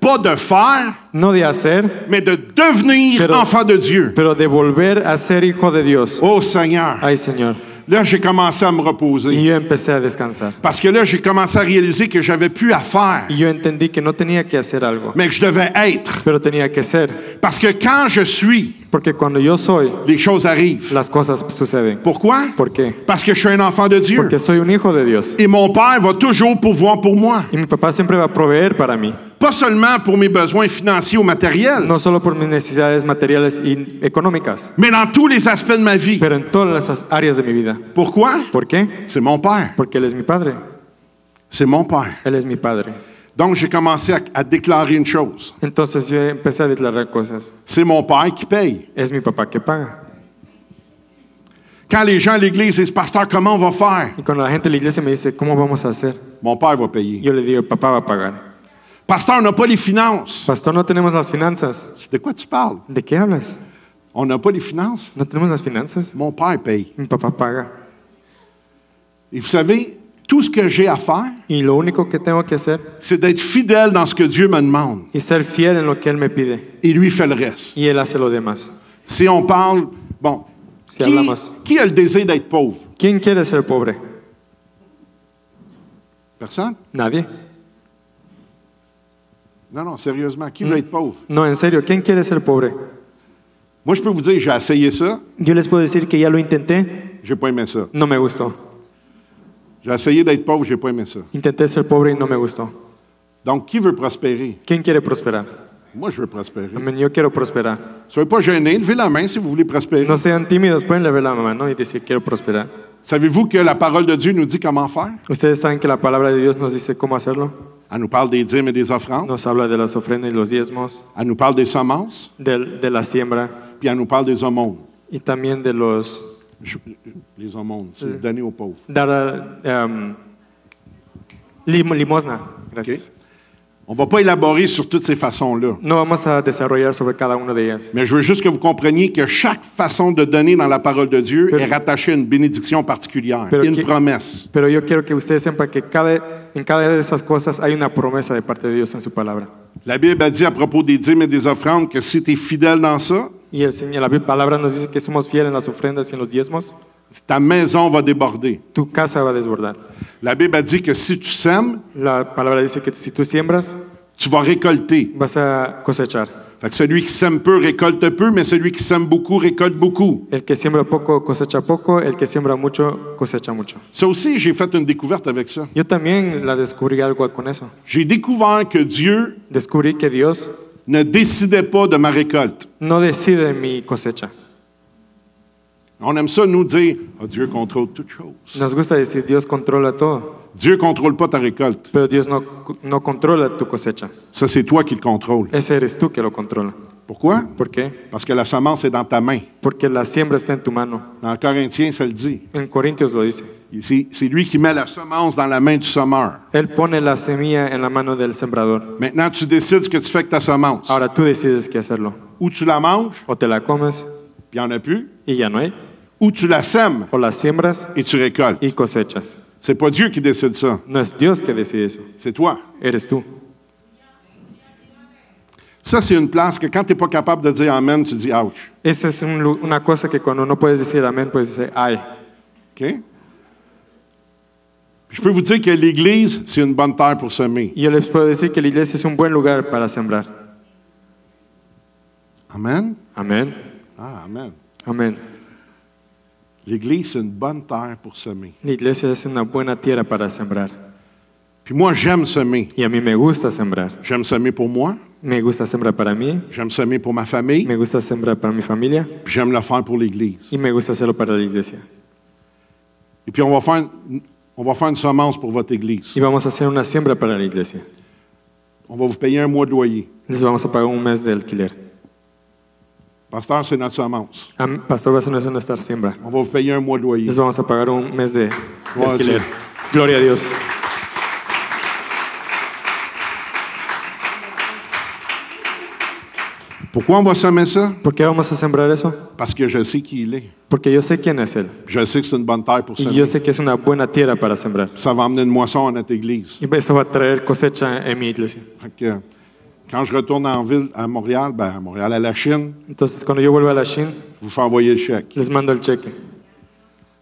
Speaker 1: pas de faire,
Speaker 2: no de hacer,
Speaker 1: mais de devenir
Speaker 2: Pero-
Speaker 1: enfant de Dieu.
Speaker 2: pero de volver a ser hijo de Dios.
Speaker 1: Oh Seigneur,
Speaker 2: Ay Señor.
Speaker 1: là j'ai commencé à me
Speaker 2: Y
Speaker 1: reposer.
Speaker 2: yo empecé a descansar.
Speaker 1: Parce que là j'ai commencé à réaliser que j'avais plus à faire,
Speaker 2: Y yo entendí que no tenía que hacer algo,
Speaker 1: mais que je devais être.
Speaker 2: pero tenía que ser.
Speaker 1: Parce que quand je suis,
Speaker 2: Porque cuando yo soy,
Speaker 1: les choses arrivent.
Speaker 2: las cosas suceden.
Speaker 1: Pourquoi?
Speaker 2: ¿Por qué?
Speaker 1: Parce que je suis un enfant de Dieu.
Speaker 2: Porque soy un hijo de Dios.
Speaker 1: Et mon Père va toujours pouvoir pour moi.
Speaker 2: Y mi papá siempre va a proveer para mí,
Speaker 1: Pas seulement pour mes besoins financiers ou matériels,
Speaker 2: no solo por mis necesidades materiales y económicas,
Speaker 1: mais dans tous les aspects de ma vie.
Speaker 2: pero en todas las áreas de mi vida.
Speaker 1: Pourquoi?
Speaker 2: ¿Por qué?
Speaker 1: C'est mon Père.
Speaker 2: Porque Él es mi padre.
Speaker 1: C'est mon Père.
Speaker 2: Él es mi padre.
Speaker 1: Donc j'ai commencé à, à déclarer une chose.
Speaker 2: Entonces yo empecé a declarar cosas.
Speaker 1: C'est mon Père qui paye.
Speaker 2: Es mi papá que paga.
Speaker 1: Quand les gens à l'église disent, Pasteur, comment on va faire?
Speaker 2: Y cuando la gente de la iglesia me dice, ¿cómo vamos a hacer?
Speaker 1: Mon Père va payer.
Speaker 2: Yo le digo, papá va a pagar.
Speaker 1: Pasteur, on n'a pas les finances.
Speaker 2: Pastor, no tenemos las finanzas.
Speaker 1: De quoi tu parles?
Speaker 2: ¿De qué hablas?
Speaker 1: On n'a pas les finances.
Speaker 2: No tenemos las finanzas.
Speaker 1: Mon Père paye.
Speaker 2: Mi papá paga.
Speaker 1: Et vous savez, tout ce que j'ai à faire,
Speaker 2: Y lo único que tengo que hacer
Speaker 1: c'est d'être fidèle dans ce que Dieu me demande.
Speaker 2: es ser fiel en lo que Él me pide.
Speaker 1: Et lui fait le reste.
Speaker 2: Y Él hace lo demás.
Speaker 1: Si on parle, bon,
Speaker 2: Si
Speaker 1: qui,
Speaker 2: hablamos.
Speaker 1: qui a le désir d'être pauvre?
Speaker 2: ¿Quién quiere ser pobre?
Speaker 1: Personne?
Speaker 2: Nadie.
Speaker 1: Non, non, sérieusement, qui veut être pauvre?
Speaker 2: No, en serio, ¿quién quiere ser pobre?
Speaker 1: Moi, je peux vous dire, j'ai essayé ça,
Speaker 2: Yo les puedo decir que ya lo intenté,
Speaker 1: j'ai pas aimé ça.
Speaker 2: no me gustó.
Speaker 1: J'ai essayé d'être pauvre, j'ai pas aimé ça.
Speaker 2: Intenté ser pobre y no me gustó.
Speaker 1: Donc, qui veut prospérer?
Speaker 2: ¿Quién quiere prosperar?
Speaker 1: Moi, je veux prospérer.
Speaker 2: Amén, yo quiero prosperar.
Speaker 1: Soyez pas gênés, levez la main si vous voulez prospérer.
Speaker 2: No sean tímidos, pueden lever la mano y decir quiero prosperar.
Speaker 1: Savez-vous que la parole de Dieu nous dit comment faire?
Speaker 2: Ustedes saben que la palabra de Dios nos dice cómo hacerlo.
Speaker 1: Elle nous parle des dîmes et des offrandes,
Speaker 2: Nos habla de las ofrendas y los diezmos,
Speaker 1: elle nous parle des semences,
Speaker 2: del- de, la siembra
Speaker 1: puis elle nous parle des aumônes.
Speaker 2: y también de los
Speaker 1: Je- les aumônes, c'est donner aux pauvres.
Speaker 2: dar a- em, lim- limosna. Gracias.
Speaker 1: On ne va pas élaborer sur toutes ces façons-là,
Speaker 2: No vamos a desarrollar sobre cada una de ellas,
Speaker 1: mais je veux juste que vous compreniez que chaque façon de donner dans la parole de Dieu
Speaker 2: Pero-
Speaker 1: est rattachée à une bénédiction particulière,
Speaker 2: Pero
Speaker 1: une
Speaker 2: que-
Speaker 1: promesse.
Speaker 2: pero yo quiero que ustedes sepan que cada, en cada de esas cosas hay una promesa de parte de Dios en su palabra.
Speaker 1: La Bible a dit à propos des dîmes et des offrandes que si tu es fidèle dans ça,
Speaker 2: Y el Señor, la palabra nos dice que somos fieles en las ofrendas y en los diezmos,
Speaker 1: ta maison va déborder.
Speaker 2: tu casa va a desbordar.
Speaker 1: La Bible a dit que si tu sèmes,
Speaker 2: La palabra dice que si tú siembras,
Speaker 1: tu vas récolter.
Speaker 2: vas a cosechar.
Speaker 1: Fait que celui qui sème peu récolte peu, mais celui qui sème beaucoup récolte beaucoup.
Speaker 2: El que siembra poco cosecha poco, el que siembra mucho cosecha mucho.
Speaker 1: Ça aussi, j'ai fait une découverte avec ça.
Speaker 2: Yo también la descubrí algo con eso.
Speaker 1: J'ai découvert que Dieu
Speaker 2: Descubrí que Dios
Speaker 1: ne décidait pas de ma récolte.
Speaker 2: no decide mi cosecha.
Speaker 1: On aime ça nous dire Ah, Dieu contrôle toutes choses.
Speaker 2: Nos gusta decir Dios controla todo,
Speaker 1: Dieu contrôle pas ta récolte.
Speaker 2: pero Dios no, no controla tu cosecha.
Speaker 1: Ça, c'est toi qui le contrôle.
Speaker 2: Ese eres tú que lo controla.
Speaker 1: Pourquoi?
Speaker 2: ¿Por qué?
Speaker 1: Parce que la semence est dans ta main.
Speaker 2: Porque la siembra está en tu mano.
Speaker 1: Dans Corinthiens, ça le dit.
Speaker 2: En Corintios lo dice.
Speaker 1: C'est c'est lui qui met la semence dans la main du semeur.
Speaker 2: Él pone la semilla en la mano del sembrador.
Speaker 1: Maintenant, tu décides ce que tu fais avec ta semence.
Speaker 2: Ahora tú decides qué hacerlo.
Speaker 1: Ou tu la manges,
Speaker 2: O te la comes
Speaker 1: puis il n'y en a plus,
Speaker 2: y ya no hay,
Speaker 1: ou tu la sèmes
Speaker 2: o la siembras
Speaker 1: et tu récoltes.
Speaker 2: y cosechas.
Speaker 1: C'est pas Dieu qui décide ça,
Speaker 2: No es Dios que decide eso,
Speaker 1: c'est toi.
Speaker 2: eres tú.
Speaker 1: Ça, c'est une place que quand tu n'es pas capable de dire Amen, tu dis Ouch.
Speaker 2: Esa es un lu- una cosa que cuando no puedes decir amén, puedes decir ay.
Speaker 1: OK? Puis Je peux vous dire que l'Église, c'est une bonne terre pour semer.
Speaker 2: Y yo les puedo decir que la iglesia es un buen lugar para sembrar.
Speaker 1: Amen?
Speaker 2: Amén.
Speaker 1: Ah, Amen.
Speaker 2: Amén.
Speaker 1: L'Église, c'est une bonne terre pour semer.
Speaker 2: La iglesia es una buena tierra para sembrar.
Speaker 1: Puis moi, j'aime semer.
Speaker 2: Y a mí me gusta sembrar.
Speaker 1: J'aime semer pour moi,
Speaker 2: Me gusta sembrar para mí,
Speaker 1: j'aime semer pour ma famille,
Speaker 2: me gusta sembrar para mi familia
Speaker 1: puis j'aime le faire pour l'Église.
Speaker 2: y me gusta hacerlo para la iglesia.
Speaker 1: Et puis on va faire une, on va faire une semence pour votre Église.
Speaker 2: Y vamos a hacer una siembra para la iglesia.
Speaker 1: On va vous payer un mois de loyer.
Speaker 2: Les vamos a pagar un mes de alquiler.
Speaker 1: Pasteur, c'est notre semence.
Speaker 2: Am- Pastor, va a hacer nuestra siembra.
Speaker 1: On va vous payer un mois de loyer.
Speaker 2: Les vamos a pagar un mes de, de
Speaker 1: Gloria a
Speaker 2: alquiler.
Speaker 1: Dios.
Speaker 2: Gloria a Dios.
Speaker 1: Pourquoi on va semer ça?
Speaker 2: ¿Por qué vamos a sembrar eso?
Speaker 1: Parce que je sais qui il est.
Speaker 2: Porque yo sé quién es Él.
Speaker 1: Je sais que c'est une bonne terre pour
Speaker 2: Y
Speaker 1: semer.
Speaker 2: yo sé que es una buena tierra para sembrar.
Speaker 1: Ça va amener une moisson à notre Église.
Speaker 2: Y eso va a traer cosecha en mi iglesia.
Speaker 1: Fait que, quand je retourne en ville, à Montréal, ben, à Montréal, à la Chine,
Speaker 2: Entonces, cuando yo vuelva a la Shin,
Speaker 1: je vous fais envoyer le chèque.
Speaker 2: les mando el cheque.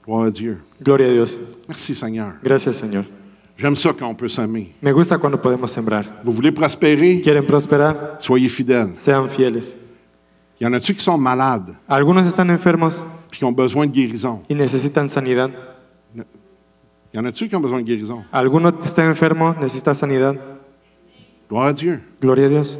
Speaker 1: Gloire à Dieu.
Speaker 2: Gloria a Dios.
Speaker 1: Merci Seigneur.
Speaker 2: Gracias, Señor.
Speaker 1: J'aime ça quand on peut semer.
Speaker 2: Me gusta cuando podemos sembrar.
Speaker 1: Vous voulez prospérer?
Speaker 2: ¿Quieren prosperar?
Speaker 1: Soyez fidèles.
Speaker 2: Sean fieles.
Speaker 1: Il y en a-tu qui sont malades
Speaker 2: Algunos están enfermos
Speaker 1: puis qui ont besoin de guérison?
Speaker 2: y necesitan sanidad.
Speaker 1: Il y en a-tu qui ont besoin de guérison?
Speaker 2: Alguno está enfermo, necesita sanidad.
Speaker 1: Gloire à Dieu.
Speaker 2: Gloria a Dios.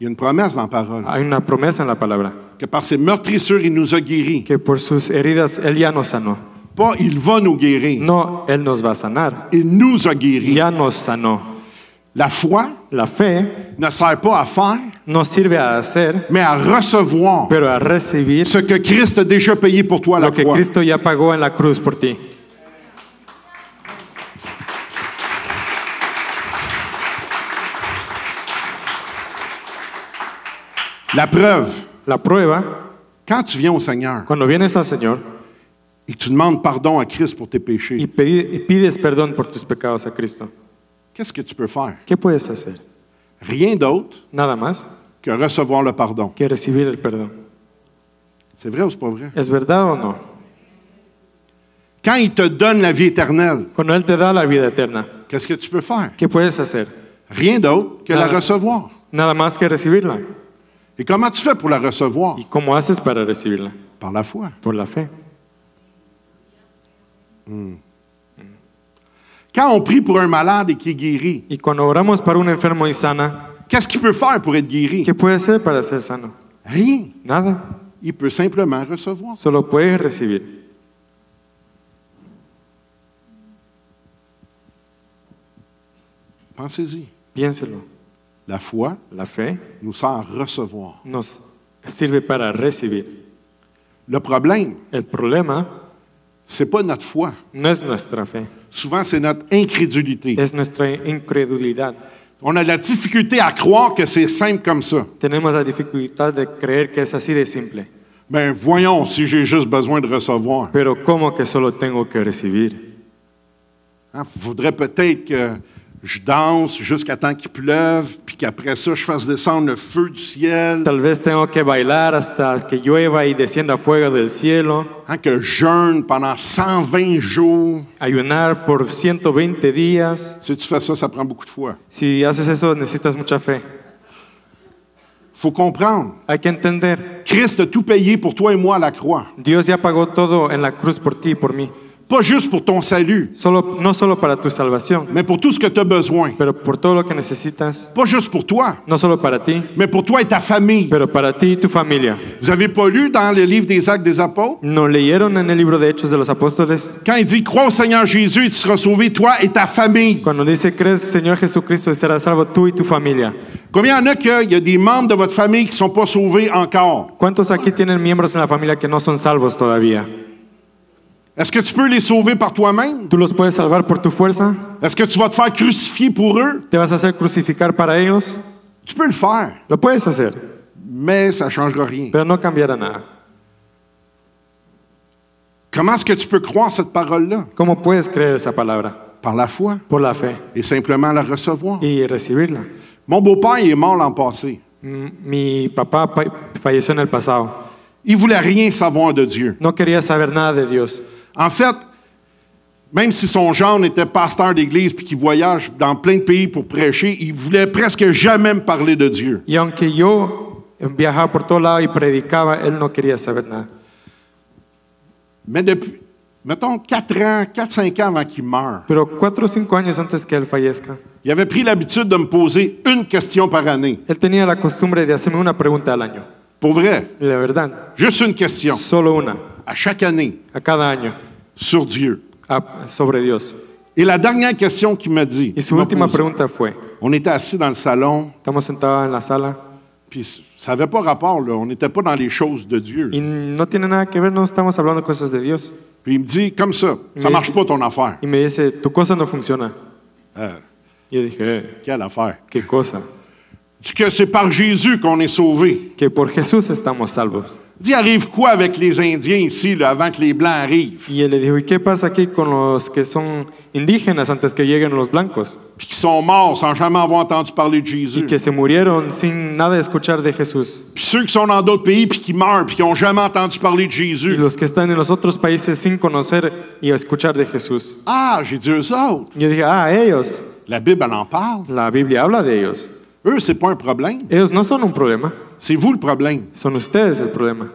Speaker 1: Il y a une promesse dans la parole
Speaker 2: Hay una promesa en la palabra,
Speaker 1: que par ses meurtrissures, il nous a guéris.
Speaker 2: que por sus heridas Él ya nos sanó.
Speaker 1: Pas il va nous guérir.
Speaker 2: No, Él nos va a sanar.
Speaker 1: Il nous a guéris.
Speaker 2: Ya nos sanó.
Speaker 1: La foi
Speaker 2: La fe
Speaker 1: ne sert pas à faire,
Speaker 2: no sirve a hacer,
Speaker 1: mais à recevoir
Speaker 2: pero a recibir
Speaker 1: ce que Christ a déjà payé pour toi à la
Speaker 2: lo que
Speaker 1: croix.
Speaker 2: Cristo ya pagó en la cruz por ti.
Speaker 1: La preuve,
Speaker 2: La prueba,
Speaker 1: quand tu viens au Seigneur
Speaker 2: cuando vienes al Señor
Speaker 1: et que tu demandes pardon à Christ pour tes
Speaker 2: y
Speaker 1: péchés,
Speaker 2: pedi- y pides perdón por tus pecados a Cristo,
Speaker 1: qu'est-ce que tu peux faire?
Speaker 2: ¿qué puedes hacer?
Speaker 1: Rien d'autre
Speaker 2: Nada más
Speaker 1: que recevoir le pardon.
Speaker 2: que recibir el perdón.
Speaker 1: C'est vrai ou c'est pas vrai?
Speaker 2: ¿Es verdad o no?
Speaker 1: Quand il te donne la vie éternelle,
Speaker 2: Cuando Él te da la vida eterna,
Speaker 1: qu'est-ce que tu peux faire?
Speaker 2: ¿qué puedes hacer?
Speaker 1: Rien d'autre que la
Speaker 2: Ah.
Speaker 1: recevoir.
Speaker 2: Nada más que recibirla.
Speaker 1: Et comment tu fais pour la recevoir?
Speaker 2: ¿Y cómo haces para recibirla?
Speaker 1: Par la foi.
Speaker 2: Por la fe.
Speaker 1: Quand on prie pour un malade et qu'il est guéri,
Speaker 2: Y cuando oramos para un enfermo y sana,
Speaker 1: qu'est-ce qu'il peut faire pour être guéri?
Speaker 2: ¿qué puede hacer para ser sano?
Speaker 1: Rien.
Speaker 2: Nada.
Speaker 1: Il peut simplement recevoir.
Speaker 2: Solo puedes recibir.
Speaker 1: Pensez-y.
Speaker 2: Piénselo.
Speaker 1: La foi
Speaker 2: La fe
Speaker 1: nous sert à recevoir.
Speaker 2: nos sirve para recibir.
Speaker 1: Le problème,
Speaker 2: El problema
Speaker 1: c'est pas notre foi.
Speaker 2: no es nuestra fe,
Speaker 1: Souvent, c'est notre incrédulité.
Speaker 2: es nuestra incredulidad.
Speaker 1: On a la difficulté à croire que c'est simple comme ça.
Speaker 2: Tenemos la dificultad de creer que es así de simple.
Speaker 1: Ben voyons si j'ai juste besoin de recevoir.
Speaker 2: Pero ¿cómo que solo tengo que recibir?
Speaker 1: Il Hein, faudrait peut-être que je danse jusqu'à temps qu'il pleuve, puis qu'après ça, je fasse descendre le feu du ciel,
Speaker 2: Tal vez tengo que bailar hasta que llueva y descienda fuego del cielo,
Speaker 1: hein, que je jeûne pendant 120 jours.
Speaker 2: ayunar por 120 días.
Speaker 1: Si tu fais ça, ça prend beaucoup de foi.
Speaker 2: Si haces eso necesitas mucha fe.
Speaker 1: faut comprendre.
Speaker 2: Hay que entender,
Speaker 1: Christ a tout payé pour toi et moi à la croix.
Speaker 2: Dios ya pagó todo en la cruz por ti y por mí.
Speaker 1: Pas juste pour ton salut,
Speaker 2: solo, no solo para tu salvación,
Speaker 1: mais pour tout ce que tu as besoin.
Speaker 2: pero por todo lo que necesitas,
Speaker 1: Pas juste pour toi,
Speaker 2: no solo para ti,
Speaker 1: mais pour toi et ta famille.
Speaker 2: pero para ti y tu familia.
Speaker 1: Vous n'avez pas lu dans le livre des Actes des Apôtres?
Speaker 2: ¿No leyeron en el libro de Hechos de los Apóstoles?
Speaker 1: Quand il dit Crois au Seigneur Jésus et tu seras sauvé, toi et ta famille.
Speaker 2: Cuando dice, crees Señor Jesucristo y serás salvo tú y tu familia.
Speaker 1: Combien il y en a qu'il y a des membres de votre famille qui ne sont pas sauvés encore?
Speaker 2: ¿Cuántos aquí tienen miembros en la familia que no son salvos todavía?
Speaker 1: Est-ce que tu peux les sauver par toi-même?
Speaker 2: ¿Tú los puedes salvar por tu fuerza?
Speaker 1: Est-ce que tu vas te faire crucifier pour eux?
Speaker 2: ¿Te vas a hacer crucificar para ellos?
Speaker 1: Tu peux le faire,
Speaker 2: Lo puedes hacer,
Speaker 1: mais ça ne changera rien.
Speaker 2: pero no cambiará nada.
Speaker 1: Comment est-ce que tu peux croire cette parole-là?
Speaker 2: ¿Cómo puedes creer esa palabra?
Speaker 1: Par la foi
Speaker 2: Por la fe
Speaker 1: et simplement la recevoir.
Speaker 2: y recibirla.
Speaker 1: Mon beau-père il est mort l'an passé.
Speaker 2: Mm, Mi papá pa- falleció en el pasado.
Speaker 1: Il voulait rien savoir de Dieu.
Speaker 2: No quería saber nada de Dios.
Speaker 1: En fait, même si son genre était pasteur d'église puis qu'il voyage dans plein de pays pour prêcher, il voulait presque jamais me parler de Dieu.
Speaker 2: Y aunque yo viajaba por todo lado y predicaba, él no quería saber nada.
Speaker 1: Mais depuis, mettons, 4 ans, 4-5 ans avant qu'il meure,
Speaker 2: Pero cuatro o cinco años antes que él fallezca,
Speaker 1: il avait pris l'habitude de me poser une question par année.
Speaker 2: él tenía la costumbre de hacerme una pregunta al año.
Speaker 1: Pour vrai,
Speaker 2: La verdad,
Speaker 1: juste une question,
Speaker 2: solo una,
Speaker 1: à chaque année,
Speaker 2: a cada año,
Speaker 1: sur Dieu.
Speaker 2: a- sobre Dios.
Speaker 1: Et la dernière question qu'il m'a dit,
Speaker 2: Y su
Speaker 1: qu'il m'a
Speaker 2: última
Speaker 1: posée,
Speaker 2: pregunta fue,
Speaker 1: on était assis dans le salon,
Speaker 2: estamos sentados en la sala
Speaker 1: puis ça n'avait pas rapport, là, on n'était pas dans les choses de Dieu.
Speaker 2: y no tiene nada que ver, no estamos hablando de cosas de Dios.
Speaker 1: Puis il me dit, comme ça, ça
Speaker 2: Mais
Speaker 1: marche
Speaker 2: c'est-
Speaker 1: pas ton affaire.
Speaker 2: Y me dice, tu cosa no funciona.
Speaker 1: Euh,
Speaker 2: Y yo dije, "Eh,
Speaker 1: quelle affaire?
Speaker 2: ¿qué cosa?
Speaker 1: Tu que c'est par Jésus qu'on est sauvé.
Speaker 2: Que por Jesús estamos salvos.
Speaker 1: Dis, arrive quoi avec les Indiens ici, là, avant que les Blancs arrivent,
Speaker 2: Y él le dijo, ¿y qué pasa aquí con los que son indígenas antes que lleguen los blancos?
Speaker 1: puis qui sont morts sans jamais avoir entendu parler de Jésus?
Speaker 2: Y que se murieron sin nada escuchar de Jesús.
Speaker 1: Puis ceux qui sont dans d'autres pays, puis qui meurent, puis qui n'ont jamais entendu parler de
Speaker 2: Y
Speaker 1: Jésus.
Speaker 2: los que están en los otros países sin conocer y escuchar de Jesús.
Speaker 1: Ah, j'ai dit eux autres.
Speaker 2: Y yo dije, ah, ellos,
Speaker 1: La Bible, elle en parle.
Speaker 2: la Biblia habla de ellos.
Speaker 1: Eux, c'est pas un problème.
Speaker 2: Ellos no son un problema,
Speaker 1: C'est vous le problème.
Speaker 2: son ustedes el problema.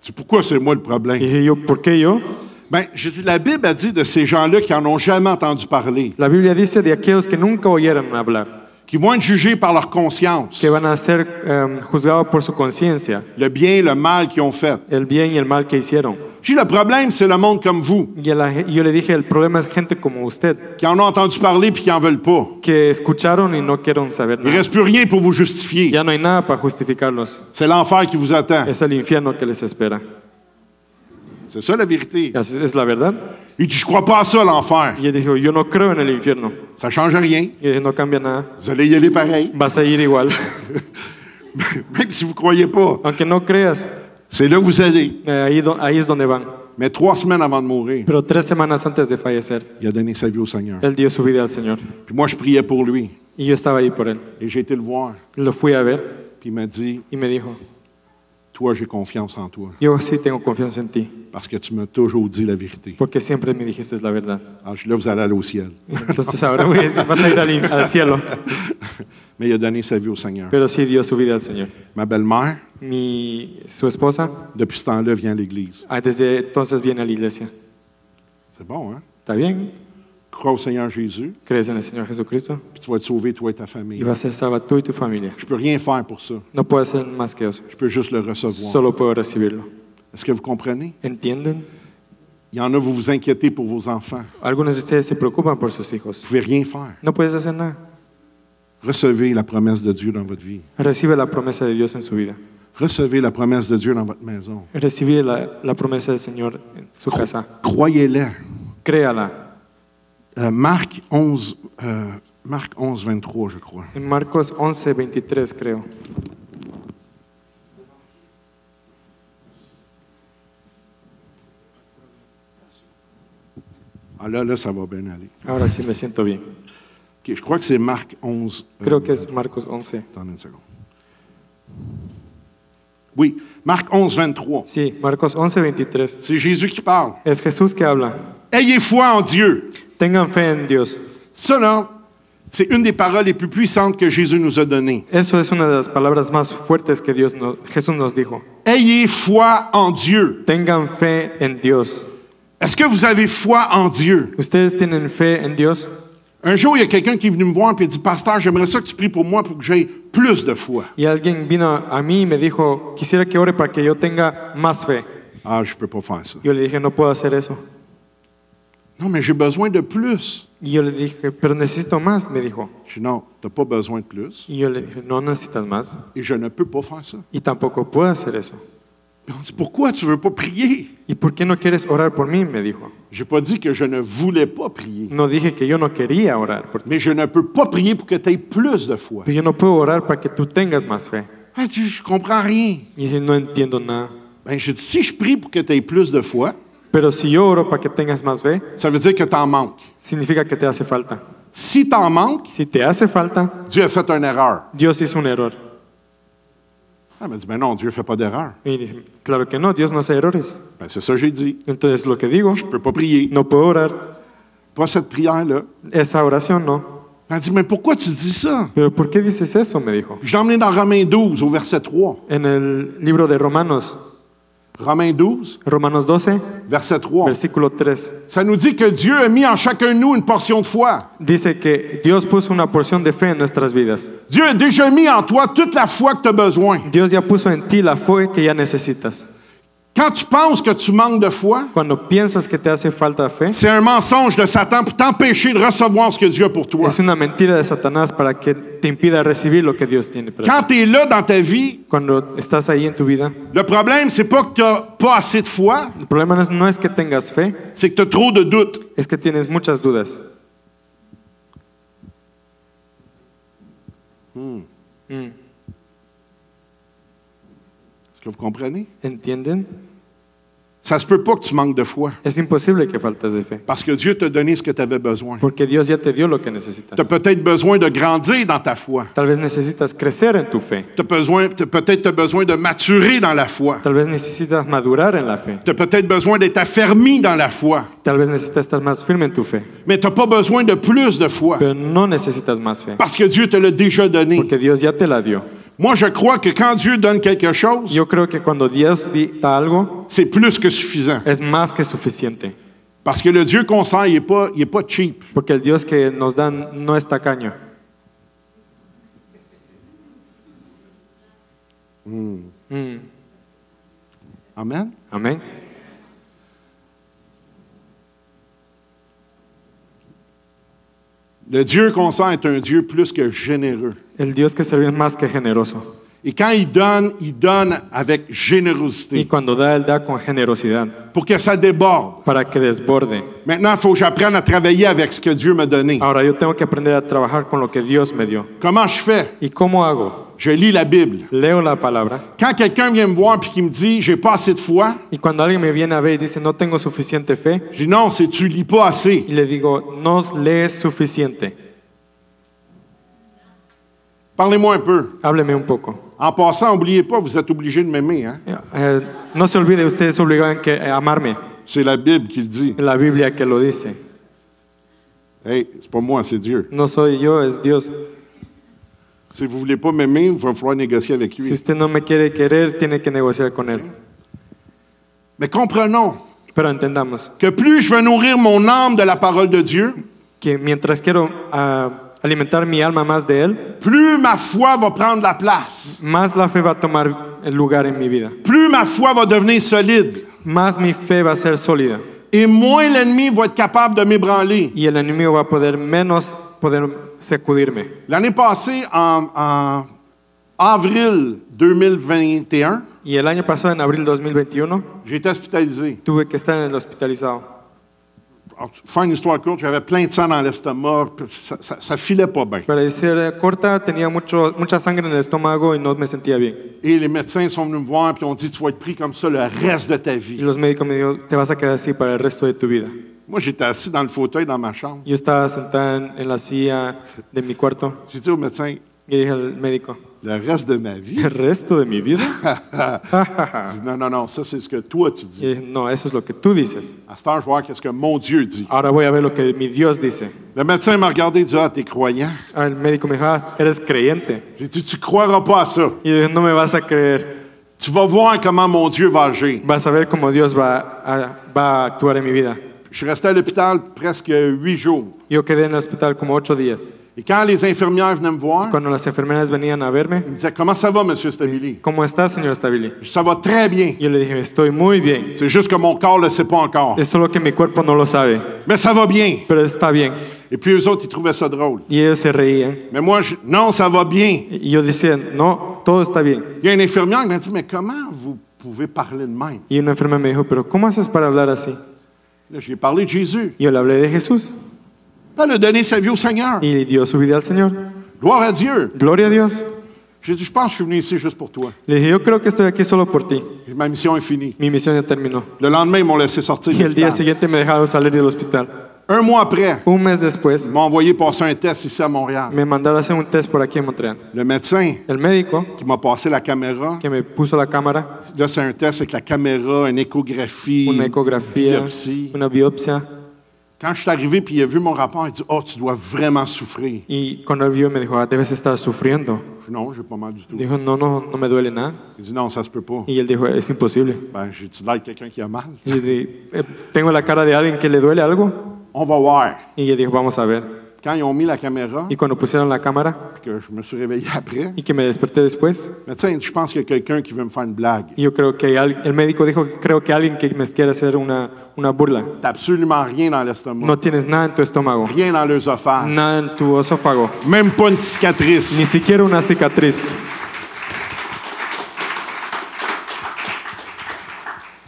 Speaker 1: C'est pourquoi c'est moi le
Speaker 2: Y
Speaker 1: problème.
Speaker 2: dije yo, ¿por qué yo?
Speaker 1: Ben, j'ai dit, la Bible a dit de ces gens-là qui en ont jamais entendu parler,
Speaker 2: La Biblia dice de aquellos que nunca oyeron hablar,
Speaker 1: qui vont être jugés par leur conscience,
Speaker 2: que van a ser em, juzgados por su conciencia,
Speaker 1: le bien et le mal qu'ils ont fait.
Speaker 2: el bien y el mal que hicieron.
Speaker 1: J'ai dit, le problème, c'est le monde comme vous,
Speaker 2: Y a la ge- yo le dije, el problema es gente como usted,
Speaker 1: qui en ont entendu parler puis qui n'en veulent pas.
Speaker 2: que escucharon y no quieren saber
Speaker 1: Il ne
Speaker 2: nada.
Speaker 1: reste plus rien pour vous justifier.
Speaker 2: Ya no hay nada para justificarlos,
Speaker 1: C'est l'enfer qui vous attend.
Speaker 2: es el infierno que les espera.
Speaker 1: C'est ça la vérité.
Speaker 2: Y así- Es la verdad.
Speaker 1: Il dit, je crois pas à ça, l'enfer.
Speaker 2: Y yo dije, yo no creo en el infierno.
Speaker 1: Ça change rien.
Speaker 2: Y dije, no cambia nada,
Speaker 1: Vous allez y aller pareil, (laughs)
Speaker 2: vas a ir igual.
Speaker 1: même si vous ne croyez pas.
Speaker 2: Aunque no creas,
Speaker 1: C'est là que vous allez.
Speaker 2: eh, ahí, do- ahí es donde van.
Speaker 1: Mais trois semaines avant de mourir,
Speaker 2: Pero tres semanas antes de fallecer,
Speaker 1: il a donné sa vie au Seigneur.
Speaker 2: él dio su vida al Señor.
Speaker 1: Puis moi, je priais pour lui.
Speaker 2: Y yo estaba ahí por él.
Speaker 1: Et j'ai été le voir.
Speaker 2: Lo fui a ver
Speaker 1: Puis il m'a dit,
Speaker 2: y me dijo,
Speaker 1: toi, j'ai confiance en toi.
Speaker 2: yo sí tengo confianza en ti,
Speaker 1: Parce que tu m'as toujours dit la vérité.
Speaker 2: porque siempre me dijiste la verdad.
Speaker 1: Alors, je dis, là, vous allez aller au ciel.
Speaker 2: Entonces ahora voy- vas a ir al, in- al cielo.
Speaker 1: Mais il a donné sa vie au Seigneur.
Speaker 2: Pero sí dio su vida al Señor.
Speaker 1: Ma belle-mère,
Speaker 2: Mi, su esposa
Speaker 1: depuis ce temps-là, vient à l'Église.
Speaker 2: ah, desde entonces viene a la iglesia.
Speaker 1: C'est bon, hein?
Speaker 2: ¿Está bien?
Speaker 1: Crois au Seigneur Jésus,
Speaker 2: ¿Crees en el Señor Jesucristo?
Speaker 1: puis tu vas être sauvé, toi et ta
Speaker 2: Y
Speaker 1: famille.
Speaker 2: vas a ser salva tú y tu familia.
Speaker 1: Je peux rien faire pour ça.
Speaker 2: No puedo hacer más que eso.
Speaker 1: Je peux juste le recevoir.
Speaker 2: Solo puedo recibirlo.
Speaker 1: Est-ce que vous comprenez?
Speaker 2: ¿Entienden?
Speaker 1: Il y en a, vous vous inquiétez pour vos enfants. Vous
Speaker 2: Algunos de ustedes se preocupan por sus hijos.
Speaker 1: pouvez rien faire.
Speaker 2: No puedes hacer nada.
Speaker 1: Recevez la promesse de Dieu dans votre vie.
Speaker 2: Recibe la promesa de Dios en su vida.
Speaker 1: Recevez la promesse de Dieu dans votre maison.
Speaker 2: Recibir la, la promesa del Señor en su casa.
Speaker 1: Croyez-la.
Speaker 2: Créala.
Speaker 1: Euh, Marc 11, euh, Marc 11, 23, je crois.
Speaker 2: En Marcos 11, 23 creo.
Speaker 1: Ah là, là, ça va bien aller.
Speaker 2: Ahora sí me siento bien.
Speaker 1: Ok, je crois que c'est Marc 11. euh,
Speaker 2: Creo que es Marcos 11.
Speaker 1: Attendez une seconde. Oui, Marc 11, 23.
Speaker 2: Sí, Marcos 11, 23.
Speaker 1: C'est Jésus qui parle.
Speaker 2: Es Jesús que habla.
Speaker 1: Ayez foi en Dieu.
Speaker 2: Tengan fe en Dios.
Speaker 1: Ça, là, c'est une des paroles les plus puissantes que Jésus nous a données.
Speaker 2: Eso es una de las palabras más fuertes que Dios nos- Jesús nos dijo.
Speaker 1: Ayez foi en Dieu.
Speaker 2: Tengan fe en Dios.
Speaker 1: Est-ce que vous avez foi en Dieu?
Speaker 2: ¿Ustedes tienen fe en Dios?
Speaker 1: Un jour, il y a quelqu'un qui est venu me voir et il dit Pasteur, j'aimerais ça que tu pries pour moi pour que j'aie plus de foi.
Speaker 2: Y alguien vino a mí y me dijo, quisiera que ore para que yo tenga más fe.
Speaker 1: Ah, je ne peux pas faire ça.
Speaker 2: Yo le dije, no puedo hacer eso.
Speaker 1: Non, mais j'ai besoin de plus.
Speaker 2: Y yo le dije, pero necesito más, me dijo.
Speaker 1: Je dis Non, tu n'as pas besoin de plus
Speaker 2: Y yo le dije, no necesitas más.
Speaker 1: et je ne peux pas faire ça.
Speaker 2: Y tampoco puedo hacer eso.
Speaker 1: On dit Pourquoi tu ne veux pas prier?
Speaker 2: ¿Y por qué no quieres orar por mí? me dijo.
Speaker 1: J'ai pas dit que je ne voulais pas prier,
Speaker 2: No dije que yo no quería orar por ti.
Speaker 1: mais je ne peux pas prier pour que tu aies plus de foi.
Speaker 2: Pero yo no puedo orar para que tú tengas más fe.
Speaker 1: Ah, tu, je comprends rien.
Speaker 2: Y dije, no entiendo nada.
Speaker 1: Ben, je dis, si je prie pour que tu aies plus de foi,
Speaker 2: Pero si yo oro para que tengas más fe,
Speaker 1: ça veut dire que tu en manques.
Speaker 2: significa que te hace falta.
Speaker 1: Si tu en manques,
Speaker 2: Si te hace falta,
Speaker 1: Dieu a fait une erreur.
Speaker 2: Dios hizo un error.
Speaker 1: Ah, mais dit, ben non, Dieu ne fait pas d'erreur.
Speaker 2: Y dije, claro que no, Dios no hace errores.
Speaker 1: Ben, c'est ça que j'ai dit.
Speaker 2: Entonces lo que digo,
Speaker 1: Je ne peux pas prier.
Speaker 2: no puedo orar.
Speaker 1: Pas cette prière-là.
Speaker 2: Esa oración no.
Speaker 1: Elle dit, mais pourquoi tu dis ça?
Speaker 2: Pero ¿por qué dices eso? me dijo.
Speaker 1: Je l'ai emmené dans Romains 12, au verset 3.
Speaker 2: En el libro de Romanos,
Speaker 1: Romains 12,
Speaker 2: Romanos 12,
Speaker 1: verset 3.
Speaker 2: versículo 3,
Speaker 1: Ça nous dit que Dieu a mis en chacun de nous une portion de foi.
Speaker 2: dice que Dios puso una porción de fe en nuestras vidas.
Speaker 1: Dieu a déjà mis en toi toute la foi que tu as besoin.
Speaker 2: Dios ya puso en ti la fe que ya necesitas.
Speaker 1: Quand tu penses que tu manques de foi,
Speaker 2: Cuando piensas que te hace falta fe,
Speaker 1: c'est un mensonge de Satan pour t'empêcher de recevoir ce que Dieu a pour toi.
Speaker 2: es una mentira de Satanás para que te impida recibir lo que Dios tiene para ti.
Speaker 1: Quand tu es là dans ta vie,
Speaker 2: Cuando estás ahí en tu vida,
Speaker 1: le problème, c'est pas que tu n'as pas assez de foi,
Speaker 2: el problema no es, no es que tengas fe,
Speaker 1: c'est que tu as trop de doutes.
Speaker 2: es que tienes muchas dudas.
Speaker 1: Est-ce que vous comprenez?
Speaker 2: ¿Entienden?
Speaker 1: Ça se peut pas que tu manques de foi,
Speaker 2: Es imposible que faltes de fe,
Speaker 1: parce que Dieu t'a donné ce que tu avais besoin.
Speaker 2: porque Dios ya te dio lo que
Speaker 1: Tu as
Speaker 2: necesitas.
Speaker 1: peut-être besoin de grandir dans ta foi.
Speaker 2: Tal vez necesitas crecer en tu fe,
Speaker 1: Tu as besoin- t'as peut-être t'as besoin de maturer dans la foi.
Speaker 2: tal vez necesitas madurar en la fe,
Speaker 1: Tu as peut-être besoin d'être affermi dans la foi.
Speaker 2: tal vez necesitas estar más firme en tu fe,
Speaker 1: Mais tu n'as pas besoin de plus de foi,
Speaker 2: pero no necesitas más fe,
Speaker 1: parce que Dieu te l'a déjà donné.
Speaker 2: porque Dios ya te la dio.
Speaker 1: Moi, je crois que quand Dieu donne quelque chose,
Speaker 2: Yo creo que cuando Dios di- da algo,
Speaker 1: c'est plus que suffisant.
Speaker 2: es más que suficiente.
Speaker 1: Parce que le Dieu qu'on sent, il n'est pas, il est pas cheap.
Speaker 2: Porque el Dios que nos dan no es tacaño.
Speaker 1: Amen.
Speaker 2: Amén.
Speaker 1: Le Dieu qu'on sent est un Dieu plus que généreux.
Speaker 2: El Dios que sirve es más que generoso.
Speaker 1: Et quand il donne, il donne avec
Speaker 2: Y
Speaker 1: générosité
Speaker 2: cuando da, Él da con generosidad
Speaker 1: pour que ça déborde.
Speaker 2: para que desborde.
Speaker 1: Maintenant, il faut que j'apprenne à travailler avec ce que Dieu m'a donné.
Speaker 2: Ahora yo tengo que aprender a trabajar con lo que Dios me dio.
Speaker 1: Comment je fais?
Speaker 2: ¿Y cómo hago?
Speaker 1: Je lis la Bible.
Speaker 2: Leo la palabra.
Speaker 1: Quand quelqu'un vient me voir et qui me dit j'ai pas assez de foi,
Speaker 2: Y cuando alguien me viene a ver y dice no tengo suficiente fe,
Speaker 1: je dis non, c'est tu lis pas assez.
Speaker 2: y le digo no lees suficiente.
Speaker 1: Parlez-moi un peu.
Speaker 2: Hábleme un poco.
Speaker 1: En passant, n'oubliez pas, vous êtes obligé de m'aimer. Hein?
Speaker 2: Eh, no se olvide, ustedes obligan que, a amarme.
Speaker 1: C'est la Bible qui le dit.
Speaker 2: La Biblia que lo dice.
Speaker 1: Hey, c'est pas moi, c'est Dieu.
Speaker 2: No soy yo, es Dios.
Speaker 1: Si vous voulez pas m'aimer, il va falloir négocier avec
Speaker 2: Si
Speaker 1: lui.
Speaker 2: usted no me quiere querer, tiene que negociar con él.
Speaker 1: Mais comprenons
Speaker 2: Pero entendamos
Speaker 1: que plus je vais nourrir mon âme de la parole de Dieu,
Speaker 2: que mientras quiero ah, alimentar mi alma más de él,
Speaker 1: plus ma foi va prendre la place,
Speaker 2: más la fe va a tomar el lugar en mi vida.
Speaker 1: plus ma foi va devenir solide,
Speaker 2: Más mi fe va a ser sólida
Speaker 1: et moins l'ennemi va être capable de m'ébranler.
Speaker 2: y el enemigo va a poder menos poder sacudirme.
Speaker 1: L'année passée, en, en avril 2021,
Speaker 2: Y el año pasado, en abril 2021,
Speaker 1: j'ai été hospitalisé.
Speaker 2: tuve que estar en el hospitalizado.
Speaker 1: Alors, pour faire une histoire courte, j'avais plein de sang dans l'estomac, puis ça, ça, ça filait pas bien.
Speaker 2: Para decir corta, tenía mucho, mucha sangre en el estómago y no me sentía bien.
Speaker 1: Et les médecins sont venus me voir, puis ont dit, tu vas être pris comme ça le reste de ta
Speaker 2: Y
Speaker 1: vie.
Speaker 2: los médicos me dijeron, te vas a quedar así para el resto de tu vida.
Speaker 1: Moi, j'étais assis dans le fauteuil dans ma chambre.
Speaker 2: Yo estaba sentada en en la silla de mi cuarto
Speaker 1: J'ai dit au médecin,
Speaker 2: Y dije al médico,
Speaker 1: le reste de ma vie.
Speaker 2: ¿el resto de mi vida?
Speaker 1: Il dit, non, non, non, ça, c'est ce que toi, tu dis.
Speaker 2: Y dije, no, eso es lo que tú dices.
Speaker 1: À cette heure, je vais voir qu'est-ce que mon Dieu dit.
Speaker 2: Ahora voy a ver lo que mi Dios dice.
Speaker 1: Le médecin m'a regardé et dit, ah, t'es croyant.
Speaker 2: El médico me dijo, ah, eres creyente.
Speaker 1: J'ai dit, tu croiras pas à ça.
Speaker 2: Y yo dije, no me vas a creer.
Speaker 1: Tu vas voir comment mon Dieu va agir.
Speaker 2: Vas a ver cómo Dios va a, va a actuar en mi vida.
Speaker 1: Je restais à l'hôpital presque huit jours.
Speaker 2: Yo quedé en el hospital como ocho días.
Speaker 1: Et quand les infirmières venaient me voir,
Speaker 2: Cuando las enfermeras venían a verme,
Speaker 1: ils me disaient Comment ça va, M. Stabili
Speaker 2: ¿cómo está, señor Stabili?
Speaker 1: Je dis, Ça va très bien.
Speaker 2: Yo le dije, estoy muy bien.
Speaker 1: C'est juste que mon corps ne le sait pas encore.
Speaker 2: Es solo que mi cuerpo no lo sabe,
Speaker 1: Mais ça va bien.
Speaker 2: pero está bien.
Speaker 1: Et puis eux autres, ils trouvaient ça drôle.
Speaker 2: Y ellos se reían.
Speaker 1: Mais moi, je- non, ça va bien.
Speaker 2: Y yo decía, no, todo está bien.
Speaker 1: Il y a une infirmière qui m'a dit Mais comment vous pouvez parler de même
Speaker 2: Y una enfermera me dijo, pero ¿cómo haces para hablar así?
Speaker 1: Là, j'ai parlé de Jésus.
Speaker 2: Y yo le hablé de Jesús
Speaker 1: Elle a donné sa vie au Seigneur.
Speaker 2: y dio su vida al Señor.
Speaker 1: Gloire à Dieu.
Speaker 2: Gloria a Dios.
Speaker 1: J'ai dit Je pense que je suis venu ici juste pour toi.
Speaker 2: Le dije, yo creo que estoy aquí solo por ti.
Speaker 1: Ma mission est finie.
Speaker 2: Mi misión ya terminó.
Speaker 1: Le lendemain, ils m'ont laissé sortir. de
Speaker 2: Y el día
Speaker 1: l'hôpital.
Speaker 2: siguiente me dejaron salir del hospital.
Speaker 1: Un mois après,
Speaker 2: Un mes después
Speaker 1: ils m'ont envoyé passer un test ici à Montréal.
Speaker 2: me mandaron a hacer un test por aquí en Montreal.
Speaker 1: Le médecin
Speaker 2: El médico
Speaker 1: qui m'a passé la caméra,
Speaker 2: que me puso la cámara,
Speaker 1: là, c'est un test avec la caméra, une échographie,
Speaker 2: una ecografía,
Speaker 1: biopsie.
Speaker 2: una biopsia.
Speaker 1: Quand je suis arrivé puis il a vu mon rapport, il a dit Oh, tu dois vraiment souffrir.
Speaker 2: Y cuando él vio me dijo, ah, debes estar sufriendo.
Speaker 1: Je dis, non, j'ai pas mal du tout.
Speaker 2: Dijo, no, no, no me duele nada.
Speaker 1: Il dit Non, ça se peut pas.
Speaker 2: Y él dijo, es imposible.
Speaker 1: Ben, j'ai-tu l'air de quelqu'un qui a mal
Speaker 2: Y yo dije, "Eh, tengo la cara de alguien que le duele algo.
Speaker 1: On va voir.
Speaker 2: Y él dijo, vamos a ver.
Speaker 1: Quand ils ont mis la caméra,
Speaker 2: Y cuando pusieron la cámara
Speaker 1: puis que je me suis réveillé (laughs) après,
Speaker 2: y que me desperté después,
Speaker 1: le médecin il dit, Je pense qu'il y a quelqu'un qui veut me faire une blague.
Speaker 2: y yo creo que hay al- el médico dijo que creo que alguien que me quiere hacer una, una burla.
Speaker 1: T'as absolument rien dans l'estomac,
Speaker 2: No tienes nada en tu estómago,
Speaker 1: rien dans l'œsophage,
Speaker 2: nada en tu esófago,
Speaker 1: même pas une
Speaker 2: ni
Speaker 1: cicatrice.
Speaker 2: siquiera una cicatriz.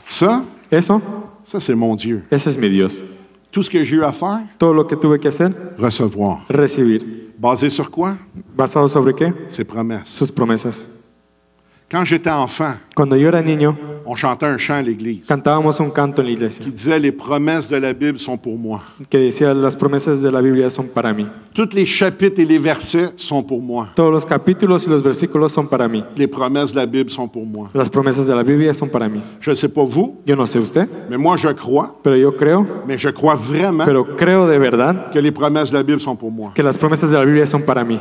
Speaker 1: Ça,
Speaker 2: Eso,
Speaker 1: ça, c'est mon Dieu.
Speaker 2: ese es mi Dios.
Speaker 1: Tout ce que j'ai eu à faire,
Speaker 2: Todo lo que tuve que hacer,
Speaker 1: recevoir.
Speaker 2: recibir.
Speaker 1: Basé sur quoi
Speaker 2: ¿Basado sobre qué?
Speaker 1: Ses promesses.
Speaker 2: Sus promesas.
Speaker 1: Quand j'étais enfant,
Speaker 2: Cuando yo era niño,
Speaker 1: on chantait un chant à l'église
Speaker 2: cantábamos un canto en la iglesia
Speaker 1: qui disait Les promesses de la Bible sont pour moi.
Speaker 2: que decía, las promesas de la Biblia son para mí.
Speaker 1: Tous les chapitres et les versets sont pour moi.
Speaker 2: Todos los capítulos y los versículos son para mí.
Speaker 1: Les promesses de la Bible sont pour moi.
Speaker 2: Las promesas de la Biblia son para mí.
Speaker 1: Je ne sais pas vous,
Speaker 2: Yo no sé usted,
Speaker 1: mais moi, je crois,
Speaker 2: pero yo creo,
Speaker 1: mais je crois vraiment
Speaker 2: pero creo de verdad
Speaker 1: que les promesses de la Bible sont pour moi.
Speaker 2: que las promesas de la Biblia son para mí.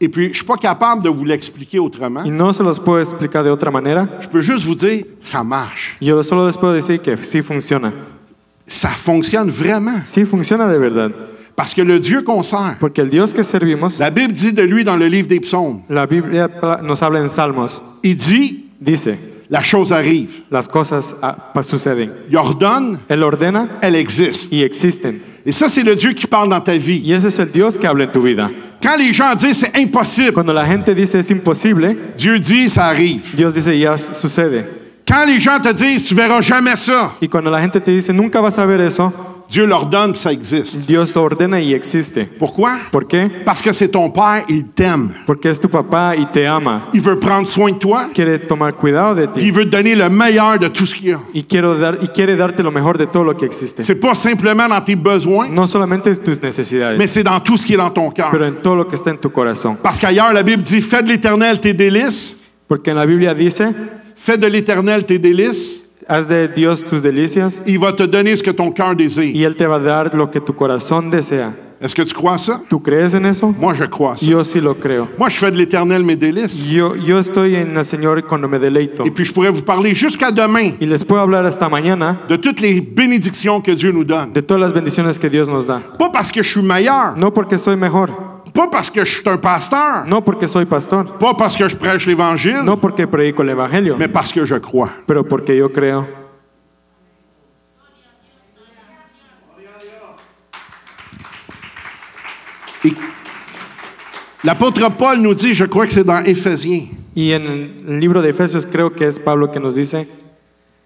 Speaker 1: Et puis, je ne suis pas capable de vous l'expliquer autrement.
Speaker 2: Y no se los puedo explicar de otra manera.
Speaker 1: Je peux juste vous dire, ça marche.
Speaker 2: Yo solo les puedo decir que sí funciona.
Speaker 1: Ça fonctionne vraiment.
Speaker 2: Sí funciona de verdad.
Speaker 1: Parce que le Dieu qu'on sert,
Speaker 2: Porque el Dios que servimos,
Speaker 1: la Bible dit de lui dans le livre des psaumes,
Speaker 2: la Biblia pla- nos habla en Salmos.
Speaker 1: il dit,
Speaker 2: Dice,
Speaker 1: la chose arrive.
Speaker 2: las cosas ah, pa- suceden.
Speaker 1: Il ordonne,
Speaker 2: Él ordena
Speaker 1: elle existe.
Speaker 2: y existen.
Speaker 1: Et ça, c'est le Dieu qui parle dans ta vie.
Speaker 2: Y ese es el Dios que habla en tu vida.
Speaker 1: Quand les gens disent, c'est impossible,
Speaker 2: Cuando la gente dice es imposible,
Speaker 1: Dieu dit, ça arrive.
Speaker 2: Dios dice ya sucede.
Speaker 1: Quand les gens te disent, tu verras jamais ça,
Speaker 2: Y cuando la gente te dice nunca vas a ver eso,
Speaker 1: Dieu l'ordonne, puis ça existe.
Speaker 2: Dios lo ordena y existe.
Speaker 1: Pourquoi?
Speaker 2: ¿Por qué?
Speaker 1: Parce que c'est ton père, il t'aime.
Speaker 2: Porque es tu papá y te ama.
Speaker 1: Il veut prendre soin de toi.
Speaker 2: Quiere tomar cuidado de
Speaker 1: puis
Speaker 2: ti
Speaker 1: Il veut te donner le meilleur de tout ce qu'il y a.
Speaker 2: y, quiero dar, y quiere darte lo mejor de todo lo que existe.
Speaker 1: C'est pas simplement dans tes besoins,
Speaker 2: No solamente en tus
Speaker 1: mais
Speaker 2: necesidades,
Speaker 1: c'est dans tout ce qui est dans ton cœur.
Speaker 2: pero en todo lo que está en tu corazón.
Speaker 1: Parce qu'ailleurs, la Bible dit Fais de l'éternel tes délices,
Speaker 2: Porque en la Biblia dice,
Speaker 1: fais de l'éternel tes délices,
Speaker 2: haz de Dios tus delicias
Speaker 1: il va te donner ce que ton cœur désire.
Speaker 2: y Él te va a dar lo que tu corazón desea.
Speaker 1: Est-ce que tu crois à ça?
Speaker 2: ¿Tú crees en eso?
Speaker 1: Moi, je crois à ça.
Speaker 2: Yo sí lo creo.
Speaker 1: Moi, je fais de l'éternel mes délices.
Speaker 2: Yo, yo estoy en el Señor cuando me deleito.
Speaker 1: Et puis, je pourrais vous parler jusqu'à demain
Speaker 2: Y les puedo hablar hasta mañana
Speaker 1: de toutes les bénédictions que Dieu nous donne.
Speaker 2: de todas las bendiciones que Dios nos da.
Speaker 1: Pas parce que je suis meilleur,
Speaker 2: No porque soy mejor,
Speaker 1: pas parce que je suis un pasteur,
Speaker 2: no porque soy pastor,
Speaker 1: pas parce que je prêche l'Évangile,
Speaker 2: no porque predico el Evangelio,
Speaker 1: mais parce que je crois.
Speaker 2: pero porque yo creo.
Speaker 1: Et L'apôtre Paul nous dit, je crois que c'est dans Éphésiens,
Speaker 2: Y en el libro de Efesios creo que es Pablo que nos dice,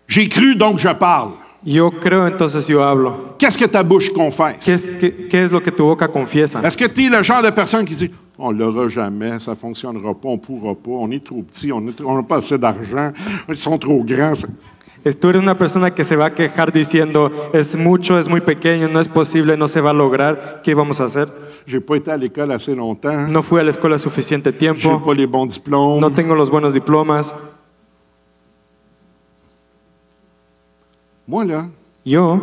Speaker 1: j'ai cru donc je parle.
Speaker 2: yo creo entonces yo hablo.
Speaker 1: Qu'est-ce que ta bouche
Speaker 2: ¿Qué
Speaker 1: confesse?
Speaker 2: es, qué- qué es lo que tu boca confiesa?
Speaker 1: Est-ce que tu es le genre de personne qui dit on l'aura jamais, ça fonctionnera pas, on pourra pas, on est trop petit, on est trop- on n'a pas assez d'argent, ils sont trop grands. ça-
Speaker 2: Es- Tú eres una persona que se va a quejar diciendo, es mucho, es muy pequeño, no es posible, no se va a lograr, ¿qué vamos a hacer?
Speaker 1: J'ai pas été à l'école assez longtemps,
Speaker 2: No fui a la escuela suficiente
Speaker 1: j'ai
Speaker 2: tiempo,
Speaker 1: pas les bons diplômes.
Speaker 2: no tengo los buenos diplomas.
Speaker 1: Moi là,
Speaker 2: Yo,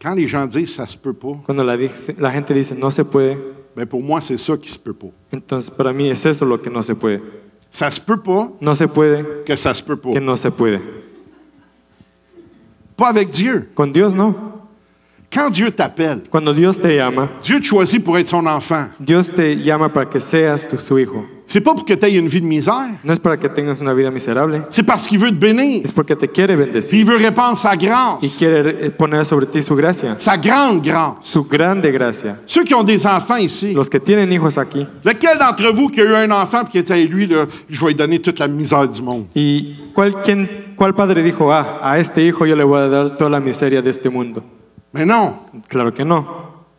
Speaker 1: quand les gens disent ça se peut pas,
Speaker 2: cuando la, dice- la gente dice, no se puede,
Speaker 1: Ben pour moi, c'est ça qui se peut pas.
Speaker 2: Entonces, para mí es eso lo que no se puede.
Speaker 1: Ça se peut pas
Speaker 2: No se puede
Speaker 1: que ça se peut pas.
Speaker 2: que no se puede.
Speaker 1: Pas avec Dieu.
Speaker 2: Con Dios no.
Speaker 1: Quand Dieu t'appelle,
Speaker 2: Cuando Dios te llama,
Speaker 1: Dieu te choisit pour être son enfant.
Speaker 2: Dios te llama para que seas tu, su hijo.
Speaker 1: C'est pas pour que tu aies une vie de misère.
Speaker 2: No es para que tengas una vida miserable,
Speaker 1: C'est parce qu'il veut te bénir.
Speaker 2: es porque te quiere
Speaker 1: Puis
Speaker 2: bendecir
Speaker 1: il veut répandre sa
Speaker 2: y
Speaker 1: grâce,
Speaker 2: quiere eh, poner sobre ti su gracia,
Speaker 1: sa grande grâce.
Speaker 2: su grande gracia.
Speaker 1: Ceux qui ont des enfants ici,
Speaker 2: Los que tienen hijos aquí
Speaker 1: lequel d'entre vous qui a eu un enfant et qui a dit Hey, lui, là, je vais lui donner toute la misère du monde?
Speaker 2: y cuál, quién- cuál padre dijo, ah, a este hijo yo le voy a dar toda la miseria de este mundo.
Speaker 1: Mais non.
Speaker 2: Claro que no.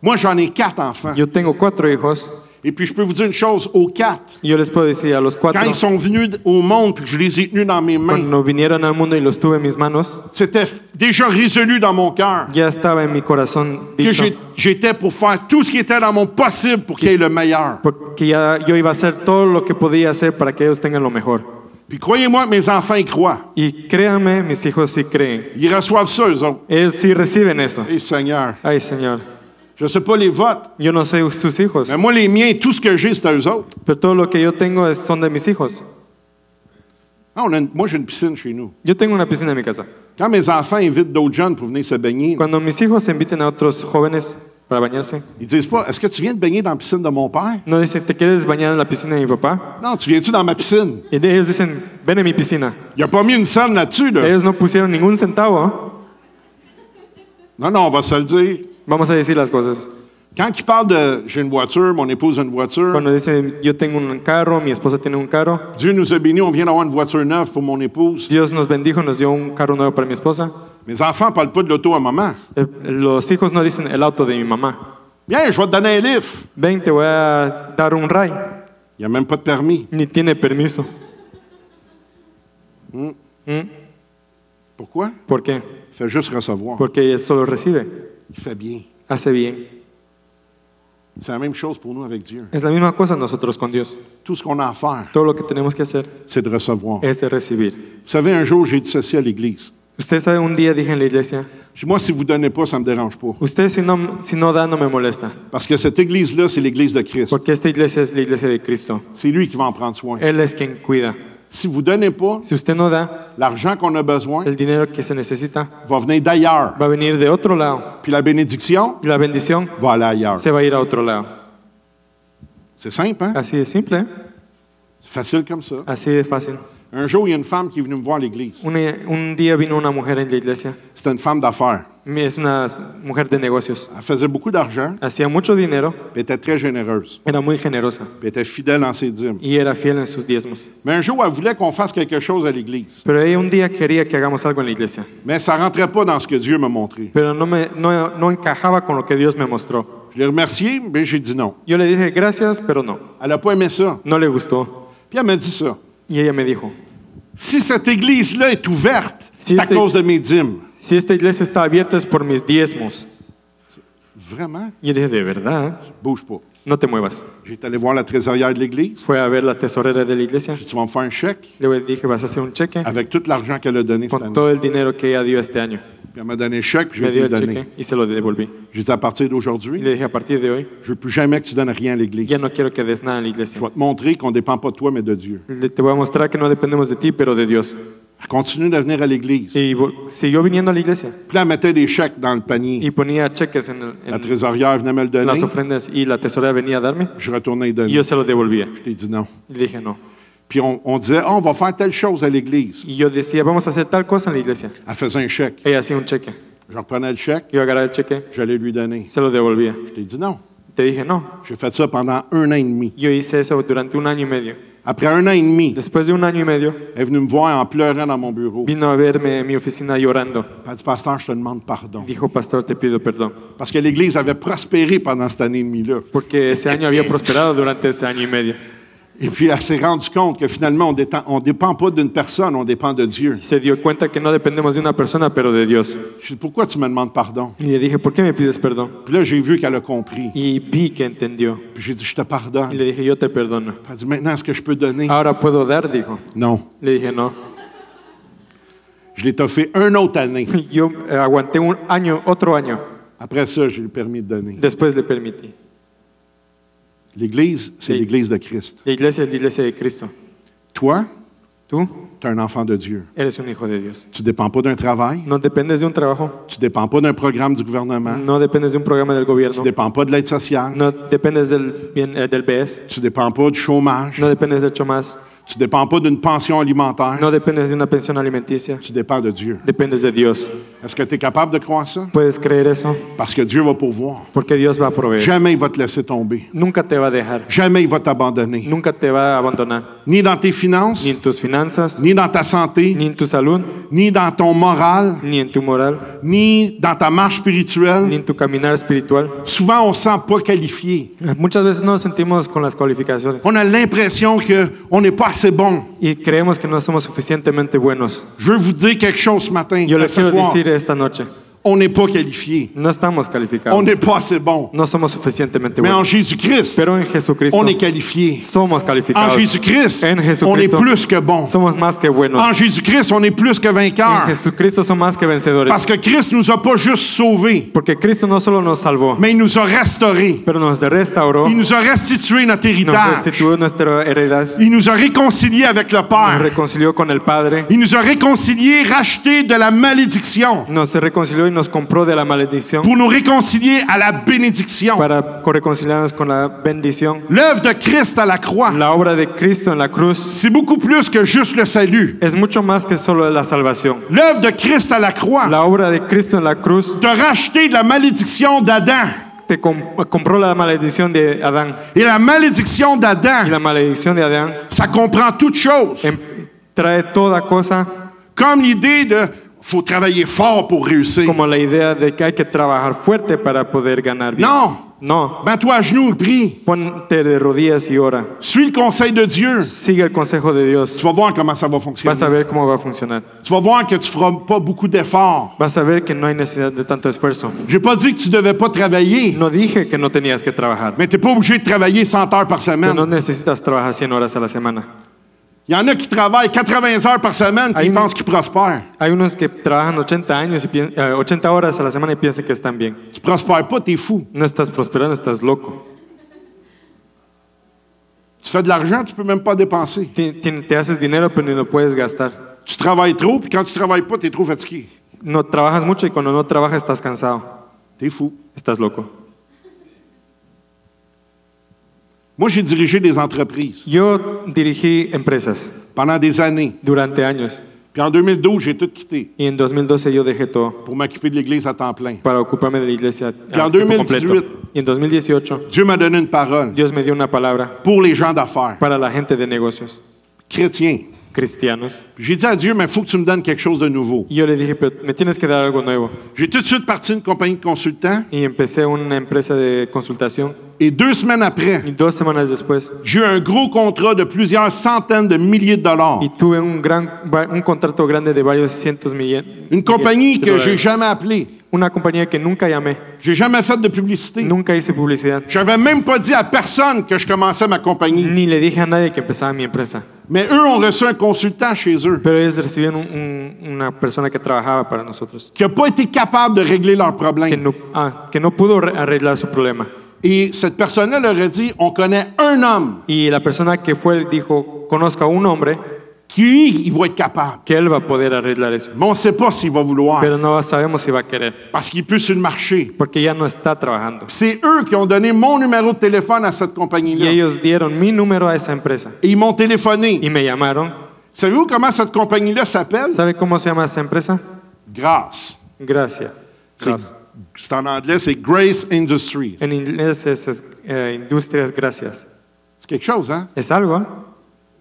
Speaker 1: Moi, j'en ai quatre enfants.
Speaker 2: Yo tengo cuatro hijos
Speaker 1: Et puis, je peux vous dire une chose aux quatre.
Speaker 2: y yo les puedo decir a los cuatro,
Speaker 1: Quand ils sont venus au monde puis que je les ai tenus dans mes mains,
Speaker 2: cuando vinieron al mundo y los tuve en mis manos,
Speaker 1: c'était f- déjà résolu dans mon cœur
Speaker 2: ya estaba en mi corazón
Speaker 1: que
Speaker 2: dicho,
Speaker 1: j'ai- j'étais pour faire tout ce qui était dans mon possible pour qu'il y ait le meilleur.
Speaker 2: porque ya yo iba a hacer todo lo que podía hacer para que ellos tengan lo mejor.
Speaker 1: Puis, croyez-moi, mes enfants y croient.
Speaker 2: Y créanme, mis hijos sí creen.
Speaker 1: Ils reçoivent ça, eux autres.
Speaker 2: Ellos sí reciben eso.
Speaker 1: Et Seigneur,
Speaker 2: Ay, Señor,
Speaker 1: je sais pas les votes,
Speaker 2: yo no soy sus hijos,
Speaker 1: mais moi, les miens, tout ce que j'ai, c'est à eux autres.
Speaker 2: pero todo lo que yo tengo es- son de mis hijos.
Speaker 1: Ah, on a une- moi, j'ai une piscine chez nous.
Speaker 2: Yo tengo una piscina en mi casa.
Speaker 1: Quand mes enfants invitent d'autres jeunes pour venir se baigner,
Speaker 2: Cuando mis hijos inviten a otros jóvenes para bañarse,
Speaker 1: ils disent pas Est-ce que tu viens de baigner dans la piscine de mon père
Speaker 2: no dicen, ¿te quieres bañar en la piscina de mi papá?
Speaker 1: Non, tu viens-tu dans ma piscine
Speaker 2: Y de- ellos dicen, ven en mi piscina.
Speaker 1: Il a pas mis une scène là-dessus, là.
Speaker 2: Ellos no pusieron ningún centavo.
Speaker 1: Non, non, on va se le dire.
Speaker 2: Vamos a decir las cosas.
Speaker 1: Quand ils parlent de j'ai une voiture, mon épouse a une voiture,
Speaker 2: Cuando dicen, yo tengo un carro, mi esposa tiene un carro,
Speaker 1: Dieu nous a bénis, on vient d'avoir une voiture neuve pour mon épouse.
Speaker 2: Dios nos bendijo, nos dio un carro nuevo para mi esposa.
Speaker 1: Mes enfants parlent pas de l'auto à maman.
Speaker 2: Eh, Los hijos no dicen el auto de mi mamá.
Speaker 1: Bien, je vais te donner un livre.
Speaker 2: Ven, te voy a dar un ray.
Speaker 1: Il n'y a même pas de permis.
Speaker 2: Ni tiene permiso.
Speaker 1: Pourquoi?
Speaker 2: ¿Por qué?
Speaker 1: Il fait juste recevoir.
Speaker 2: Porque él solo recibe.
Speaker 1: Il fait bien.
Speaker 2: Hace bien.
Speaker 1: C'est la même chose pour nous avec Dieu.
Speaker 2: Es la misma cosa nosotros con Dios.
Speaker 1: Tout ce qu'on a à faire,
Speaker 2: Todo lo que tenemos que hacer
Speaker 1: c'est de recevoir.
Speaker 2: es de recibir.
Speaker 1: Vous savez, un jour, j'ai dit ceci à l'Église.
Speaker 2: Usted sabe, un día dije en la iglesia,
Speaker 1: J'ai dit, Moi, si vous ne donnez pas, ça ne me dérange pas.
Speaker 2: usted si no, si no da no me molesta.
Speaker 1: Parce que cette Église-là, c'est l'Église de Christ.
Speaker 2: Porque esta iglesia es la iglesia de Cristo.
Speaker 1: C'est lui qui va en prendre soin.
Speaker 2: Él es quien cuida.
Speaker 1: Si vous ne donnez pas,
Speaker 2: Si usted no da,
Speaker 1: l'argent qu'on a besoin
Speaker 2: el dinero que se necesita
Speaker 1: va venir d'ailleurs.
Speaker 2: va a venir de otro lado.
Speaker 1: Puis la bénédiction
Speaker 2: Y la bendición
Speaker 1: va aller ailleurs.
Speaker 2: se va a ir a otro lado.
Speaker 1: C'est simple, hein?
Speaker 2: Así de simple, ¿eh?
Speaker 1: C'est facile comme ça.
Speaker 2: así de fácil.
Speaker 1: Un jour, il y a une femme qui est venue me voir à l'église.
Speaker 2: Un, un día vino una mujer en la iglesia.
Speaker 1: C'était une femme d'affaires.
Speaker 2: Es una mujer de negocios.
Speaker 1: Elle faisait beaucoup d'argent,
Speaker 2: Hacía mucho dinero,
Speaker 1: puis elle était très généreuse,
Speaker 2: era muy generosa
Speaker 1: puis elle était fidèle en ses dîmes.
Speaker 2: y era fiel en sus diezmos.
Speaker 1: Mais un jour, elle voulait qu'on fasse quelque chose à l'église.
Speaker 2: Pero ella un día quería que hagamos algo en la iglesia,
Speaker 1: Mais ça rentrait pas dans ce que Dieu m'a montré.
Speaker 2: pero no, me, no, no encajaba con lo que Dios me mostró.
Speaker 1: Je l'ai remerciée, mais j'ai dit non.
Speaker 2: Yo le dije gracias, pero no,
Speaker 1: Elle n'a pas aimé ça.
Speaker 2: no le gustó.
Speaker 1: Puis elle m'a dit ça.
Speaker 2: Y ella me dijo,
Speaker 1: Si cette église-là est ouverte,
Speaker 2: Si
Speaker 1: c'est à
Speaker 2: c'est-
Speaker 1: cause de mes dîmes.
Speaker 2: si esta iglesia está abierta es por mis diezmos.
Speaker 1: Vraiment?
Speaker 2: Y yo dije, de verdad,
Speaker 1: Bouge pas.
Speaker 2: no te muevas.
Speaker 1: J'étais allé voir la trésorière de l'église.
Speaker 2: Fue a ver la tesorera de la iglesia,
Speaker 1: J'ai dit, tu vas me faire un chèque
Speaker 2: le dije, vas a hacer un cheque
Speaker 1: avec tout l'argent qu'elle a donné cette
Speaker 2: con
Speaker 1: année.
Speaker 2: todo el dinero que ella dio este año.
Speaker 1: Puis elle m'a donné le chèque, puis je
Speaker 2: Me
Speaker 1: lui
Speaker 2: dio
Speaker 1: ai
Speaker 2: el
Speaker 1: donné.
Speaker 2: cheque y se lo devolví.
Speaker 1: J'ai dit, à partir
Speaker 2: Y
Speaker 1: d'aujourd'hui,
Speaker 2: le dije, a partir de hoy,
Speaker 1: Je veux plus jamais que tu donnes rien à l'Église.
Speaker 2: ya no quiero que des nada en la iglesia.
Speaker 1: Je vais te montrer qu'on ne dépend pas de toi, mais de Dieu.
Speaker 2: Le- Te voy a mostrar que no dependemos de ti, pero de Dios.
Speaker 1: Elle continue de venir à l'Église.
Speaker 2: Y vol- siguió viniendo a la iglesia
Speaker 1: Puis là, elle mettait des chèques dans le panier.
Speaker 2: y ponía cheques en, el- en
Speaker 1: La trésorière venait me le donner.
Speaker 2: las ofrendas y la tesorera venía a darme
Speaker 1: Je retournais les
Speaker 2: y
Speaker 1: donner.
Speaker 2: yo se lo devolvía.
Speaker 1: Je t'ai dit non.
Speaker 2: Y dije no.
Speaker 1: Puis on, on disait, Ah, on va faire telle chose à l'Église.
Speaker 2: Y yo decía, vamos a hacer tal cosa en la iglesia.
Speaker 1: Elle faisait un chèque.
Speaker 2: Ella hacía un cheque.
Speaker 1: Je reprenais le chèque,
Speaker 2: Yo agarraba el cheque,
Speaker 1: j'allais lui donner.
Speaker 2: se lo devolvía.
Speaker 1: Je t'ai dit non.
Speaker 2: Te dije no.
Speaker 1: J'ai fait ça pendant un an et demi.
Speaker 2: Yo hice eso durante un año y medio.
Speaker 1: Après un an et demi,
Speaker 2: Después de un año y medio,
Speaker 1: elle est venue me voir en pleurant dans mon bureau.
Speaker 2: vino a verme en mi oficina llorando.
Speaker 1: Elle a dit, Pasteur, je te demande pardon.
Speaker 2: Dijo, pastor, te pido perdón.
Speaker 1: Parce que l'Église avait prospéré pendant cette année et demie-là.
Speaker 2: Porque ese año había prosperado durante ese año y medio.
Speaker 1: Et puis elle s'est rendue compte que finalement, on ne dépend pas d'une personne, on dépend de Dieu.
Speaker 2: se dio cuenta que no dependemos de una persona, pero de Dios.
Speaker 1: Je dis, pourquoi tu me demandes pardon?
Speaker 2: Y le dije, ¿por qué me pides perdón?
Speaker 1: Puis là, j'ai vu qu'elle a compris.
Speaker 2: Y vi que entendió.
Speaker 1: Puis j'ai dit, je te
Speaker 2: Y
Speaker 1: pardonne.
Speaker 2: le dije, yo te perdono.
Speaker 1: Elle a dit, maintenant, est-ce que je peux donner?
Speaker 2: Ahora puedo dar, dijo.
Speaker 1: Non.
Speaker 2: Le dije, no. (laughs)
Speaker 1: Je l'ai toffé une autre année.
Speaker 2: Yo eh, aguanté un año, otro año.
Speaker 1: Après ça, j'ai le permis de donner.
Speaker 2: Después le permití.
Speaker 1: L'Église, c'est
Speaker 2: Et-
Speaker 1: l'Église de Christ.
Speaker 2: La iglesia es la iglesia de Cristo.
Speaker 1: Toi,
Speaker 2: Tú
Speaker 1: tu es un enfant de Dieu.
Speaker 2: eres un hijo de Dios.
Speaker 1: Tu ne dépends pas d'un travail,
Speaker 2: No dependes de un trabajo,
Speaker 1: tu ne dépends pas d'un programme du gouvernement,
Speaker 2: no dependes de un programa del
Speaker 1: tu
Speaker 2: gobierno,
Speaker 1: ne dépends pas de l'aide sociale,
Speaker 2: no dependes del, bien, eh, del BS,
Speaker 1: tu ne dépends pas du chômage,
Speaker 2: no dependes del chomás,
Speaker 1: tu ne dépends pas d'une pension alimentaire,
Speaker 2: no dependes de una pensión alimenticia,
Speaker 1: tu dépends de Dieu.
Speaker 2: dependes de Dios.
Speaker 1: Est-ce que tu es capable de croire ça?
Speaker 2: ¿Puedes creer eso?
Speaker 1: Parce que Dieu va pourvoir.
Speaker 2: Porque Dios va a proveer.
Speaker 1: Jamais il va te laisser tomber.
Speaker 2: Nunca te va a dejar,
Speaker 1: Jamais il va t'abandonner.
Speaker 2: nunca te va a abandonar,
Speaker 1: Ni dans tes finances,
Speaker 2: ni en tus finanzas,
Speaker 1: ni dans ta santé,
Speaker 2: ni en tu salud,
Speaker 1: ni dans ton moral,
Speaker 2: ni en tu moral,
Speaker 1: ni dans ta marche spirituelle.
Speaker 2: ni en tu caminar espiritual.
Speaker 1: Souvent, on ne se sent pas qualifié.
Speaker 2: Muchas veces nos sentimos con las cualificaciones
Speaker 1: On a l'impression qu'on n'est pas assez bon.
Speaker 2: y creemos que no somos suficientemente buenos.
Speaker 1: Je veux vous dire quelque chose ce matin. euh,
Speaker 2: Yo les
Speaker 1: ce
Speaker 2: quiero
Speaker 1: soir.
Speaker 2: decir esta noche,
Speaker 1: on n'est pas qualifié.
Speaker 2: no estamos
Speaker 1: On
Speaker 2: calificados,
Speaker 1: n'est pas assez bon.
Speaker 2: no somos suficientemente
Speaker 1: Mais en
Speaker 2: buenos,
Speaker 1: Jésus-Christ,
Speaker 2: pero en Jesucristo
Speaker 1: on est qualifié.
Speaker 2: somos
Speaker 1: En
Speaker 2: calificados.
Speaker 1: Jésus-Christ,
Speaker 2: En
Speaker 1: on est
Speaker 2: Jesucristo
Speaker 1: plus que bon.
Speaker 2: somos más que buenos.
Speaker 1: En Jésus-Christ, on est plus que
Speaker 2: En
Speaker 1: vainqueur.
Speaker 2: Jesucristo somos más que
Speaker 1: Parce
Speaker 2: vencedores,
Speaker 1: que Christ nous a pas juste sauvés,
Speaker 2: porque Cristo no solo nos salvó,
Speaker 1: mais il nous a restaurés.
Speaker 2: pero nos restauró,
Speaker 1: Il nous a restitué notre
Speaker 2: nos
Speaker 1: héritage.
Speaker 2: restituyó nuestra heredad,
Speaker 1: Il nous a réconciliés avec le
Speaker 2: nos
Speaker 1: Père.
Speaker 2: reconcilió con el Padre,
Speaker 1: Il nous a réconciliés, rachetés de la malédiction
Speaker 2: nos reconcilió y nos compró de la maledicción
Speaker 1: pour nous réconcilier à la bénédiction.
Speaker 2: para reconciliarnos con la bendición.
Speaker 1: L'œuvre de Christ à la croix,
Speaker 2: La obra de Cristo en la cruz
Speaker 1: c'est beaucoup plus que juste le salut.
Speaker 2: es mucho más que solo la salvación.
Speaker 1: L'œuvre de Christ à la croix
Speaker 2: La obra de Cristo en la cruz
Speaker 1: te racheté de la malédiction d'Adam.
Speaker 2: te com- compró la maledición de Adán.
Speaker 1: Et la malédiction
Speaker 2: Y
Speaker 1: d'Adam,
Speaker 2: la maledicción de Adán
Speaker 1: ça comprend toute chose.
Speaker 2: em- trae toda cosa
Speaker 1: Comme l'idée de faut travailler fort pour réussir.
Speaker 2: como la idea de que hay que trabajar fuerte para poder ganar bien.
Speaker 1: Non,
Speaker 2: No.
Speaker 1: Mets-toi à genoux et prie.
Speaker 2: Ponte de rodillas y ora.
Speaker 1: Suis le conseil de Dieu.
Speaker 2: Sigue el consejo de
Speaker 1: Tu
Speaker 2: Dios.
Speaker 1: vas voir comment ça va fonctionner.
Speaker 2: Vas a ver cómo va a funcionar.
Speaker 1: Tu vas voir que tu feras pas beaucoup d'efforts.
Speaker 2: Vas a ver que no hay necesidad de tanto esfuerzo.
Speaker 1: J'ai pas dit que tu devais pas travailler,
Speaker 2: No dije que no tenías que trabajar.
Speaker 1: mais tu n'es pas obligé de travailler 100 heures par
Speaker 2: Que no
Speaker 1: semaine.
Speaker 2: necesitas trabajar 100 horas a la semana.
Speaker 1: Il y en a qui travaillent 80 heures par semaine et
Speaker 2: Aïe.
Speaker 1: ils pensent qu'ils prospèrent.
Speaker 2: Hay unos que trabajan 80, años y pien- eh, 80 horas a la semana y piensan que están bien.
Speaker 1: Tu prospères pas, tu es fou.
Speaker 2: No estás prosperando, estás loco.
Speaker 1: Tu fais de l'argent, tu peux même pas dépenser.
Speaker 2: Ti- ti- Te haces dinero, pero ni lo puedes gastar.
Speaker 1: Tu travailles trop, puis quand tu travailles pas, tu es trop fatigué.
Speaker 2: No trabajas mucho y cuando no trabajas estás cansado.
Speaker 1: Tu es fou.
Speaker 2: Estás loco.
Speaker 1: Moi, j'ai dirigé des entreprises
Speaker 2: Yo dirigí empresas
Speaker 1: pendant des années.
Speaker 2: durante años
Speaker 1: Puis en 2012, j'ai tout quitté
Speaker 2: y en 2012 yo dejé todo
Speaker 1: pour m'occuper de l'Église à temps plein.
Speaker 2: para ocuparme de la iglesia. a
Speaker 1: en
Speaker 2: tiempo
Speaker 1: 2018.
Speaker 2: completo. Y en 2018
Speaker 1: Dieu m'a donné une parole
Speaker 2: Dios me dio una palabra
Speaker 1: pour les gens d'affaires,
Speaker 2: para la gente de negocios
Speaker 1: chrétiens.
Speaker 2: cristianos.
Speaker 1: Puis J'ai dit à Dieu, mais il faut que tu me donnes quelque chose de nouveau.
Speaker 2: Y yo le dije, pero me tienes que dar algo nuevo.
Speaker 1: J'ai tout de suite parti d'une compagnie de consultants
Speaker 2: Y empecé una empresa de consultación
Speaker 1: et deux semaines après,
Speaker 2: y dos semanas después
Speaker 1: j'ai eu un gros contrat de plusieurs centaines de milliers de dollars.
Speaker 2: y tuve un, gran, va- un contrato grande de varios cientos millones.
Speaker 1: Une compagnie que j'ai jamais appelée.
Speaker 2: Una compañía que nunca llamé,
Speaker 1: J'ai jamais fait de publicité.
Speaker 2: nunca hice publicidad,
Speaker 1: J'avais même pas dit à personne que je commençais ma compagnie.
Speaker 2: ni le dije a nadie que empezaba mi empresa.
Speaker 1: Mais eux ont reçu un consultant chez eux
Speaker 2: Pero ellos recibían un- un- una persona que trabajaba para nosotros,
Speaker 1: qui n'a pas été capable de régler leurs
Speaker 2: que
Speaker 1: problèmes.
Speaker 2: no, ah, que no pudo re- arreglar su problema.
Speaker 1: Et cette personne-là leur a dit, on connaît un homme
Speaker 2: Y la persona que fue él dijo, conozco a un hombre
Speaker 1: qui, il va être capable.
Speaker 2: que él va a poder arreglar eso.
Speaker 1: Mais on ne sait pas s'il va vouloir
Speaker 2: Pero no sabemos si va a querer,
Speaker 1: parce qu'il est plus sur le marché.
Speaker 2: porque ya no está trabajando.
Speaker 1: C'est eux qui ont donné mon numéro de téléphone à cette
Speaker 2: Y
Speaker 1: compagnie-là. Et
Speaker 2: ellos dieron mi número a esa empresa
Speaker 1: ils m'ont téléphoné.
Speaker 2: y me llamaron.
Speaker 1: Savez-vous comment cette compagnie-là s'appelle?
Speaker 2: ¿Sabe cómo se llama esa empresa?
Speaker 1: Grace.
Speaker 2: Gracias.
Speaker 1: C'est
Speaker 2: Gracias.
Speaker 1: c'est en anglais, c'est Grace Industry.
Speaker 2: En inglés es, es, eh, industrias gracias.
Speaker 1: C'est quelque chose, hein?
Speaker 2: Es algo, ¿eh?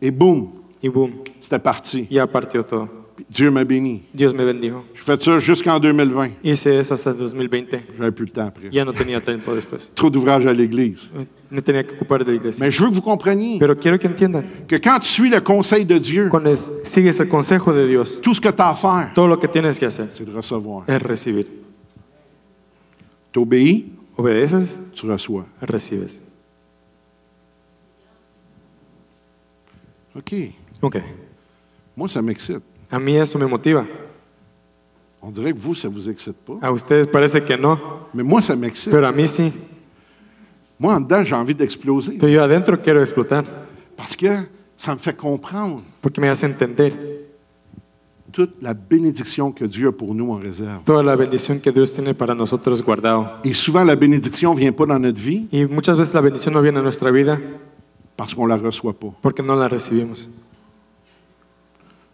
Speaker 1: Et boum,
Speaker 2: Y boom,
Speaker 1: c'était parti.
Speaker 2: ya partió todo.
Speaker 1: Puis Dieu m'a béni.
Speaker 2: Dios me bendijo.
Speaker 1: Je fais ça jusqu'en 2020.
Speaker 2: Hice eso hasta el 2020.
Speaker 1: J'avais plus le temps après.
Speaker 2: Ya no tenía tiempo después.
Speaker 1: Trop d'ouvrages à l'Église.
Speaker 2: Me tenía que ocupar de la iglesia.
Speaker 1: Mais je veux que vous compreniez
Speaker 2: Pero quiero que entiendan,
Speaker 1: que quand tu suis le conseil de Dieu,
Speaker 2: cuando es- sigues el consejo de Dios,
Speaker 1: tout ce que tu as à faire,
Speaker 2: todo lo que tienes que hacer
Speaker 1: c'est de recevoir.
Speaker 2: es recibir.
Speaker 1: Tu obéis,
Speaker 2: Obedeces,
Speaker 1: tu reçois.
Speaker 2: recibes.
Speaker 1: OK.
Speaker 2: Ok.
Speaker 1: Moi, ça m'excite.
Speaker 2: A mí eso me motiva.
Speaker 1: On dirait que vous, ça vous excite pas.
Speaker 2: A ustedes parece que no,
Speaker 1: Mais moi, ça m'excite.
Speaker 2: pero a mí sí.
Speaker 1: Moi, en dedans, j'ai envie d'exploser
Speaker 2: Pero yo adentro quiero explotar,
Speaker 1: parce que ça me fait comprendre
Speaker 2: porque me hace entender
Speaker 1: toute la bénédiction que Dieu a pour nous en réserve.
Speaker 2: toda la bendición que Dios tiene para nosotros guardado.
Speaker 1: Et souvent, la bénédiction ne vient pas dans notre vie
Speaker 2: Y muchas veces la bendición no viene a nuestra vida
Speaker 1: parce qu'on ne la reçoit pas.
Speaker 2: porque no la recibimos.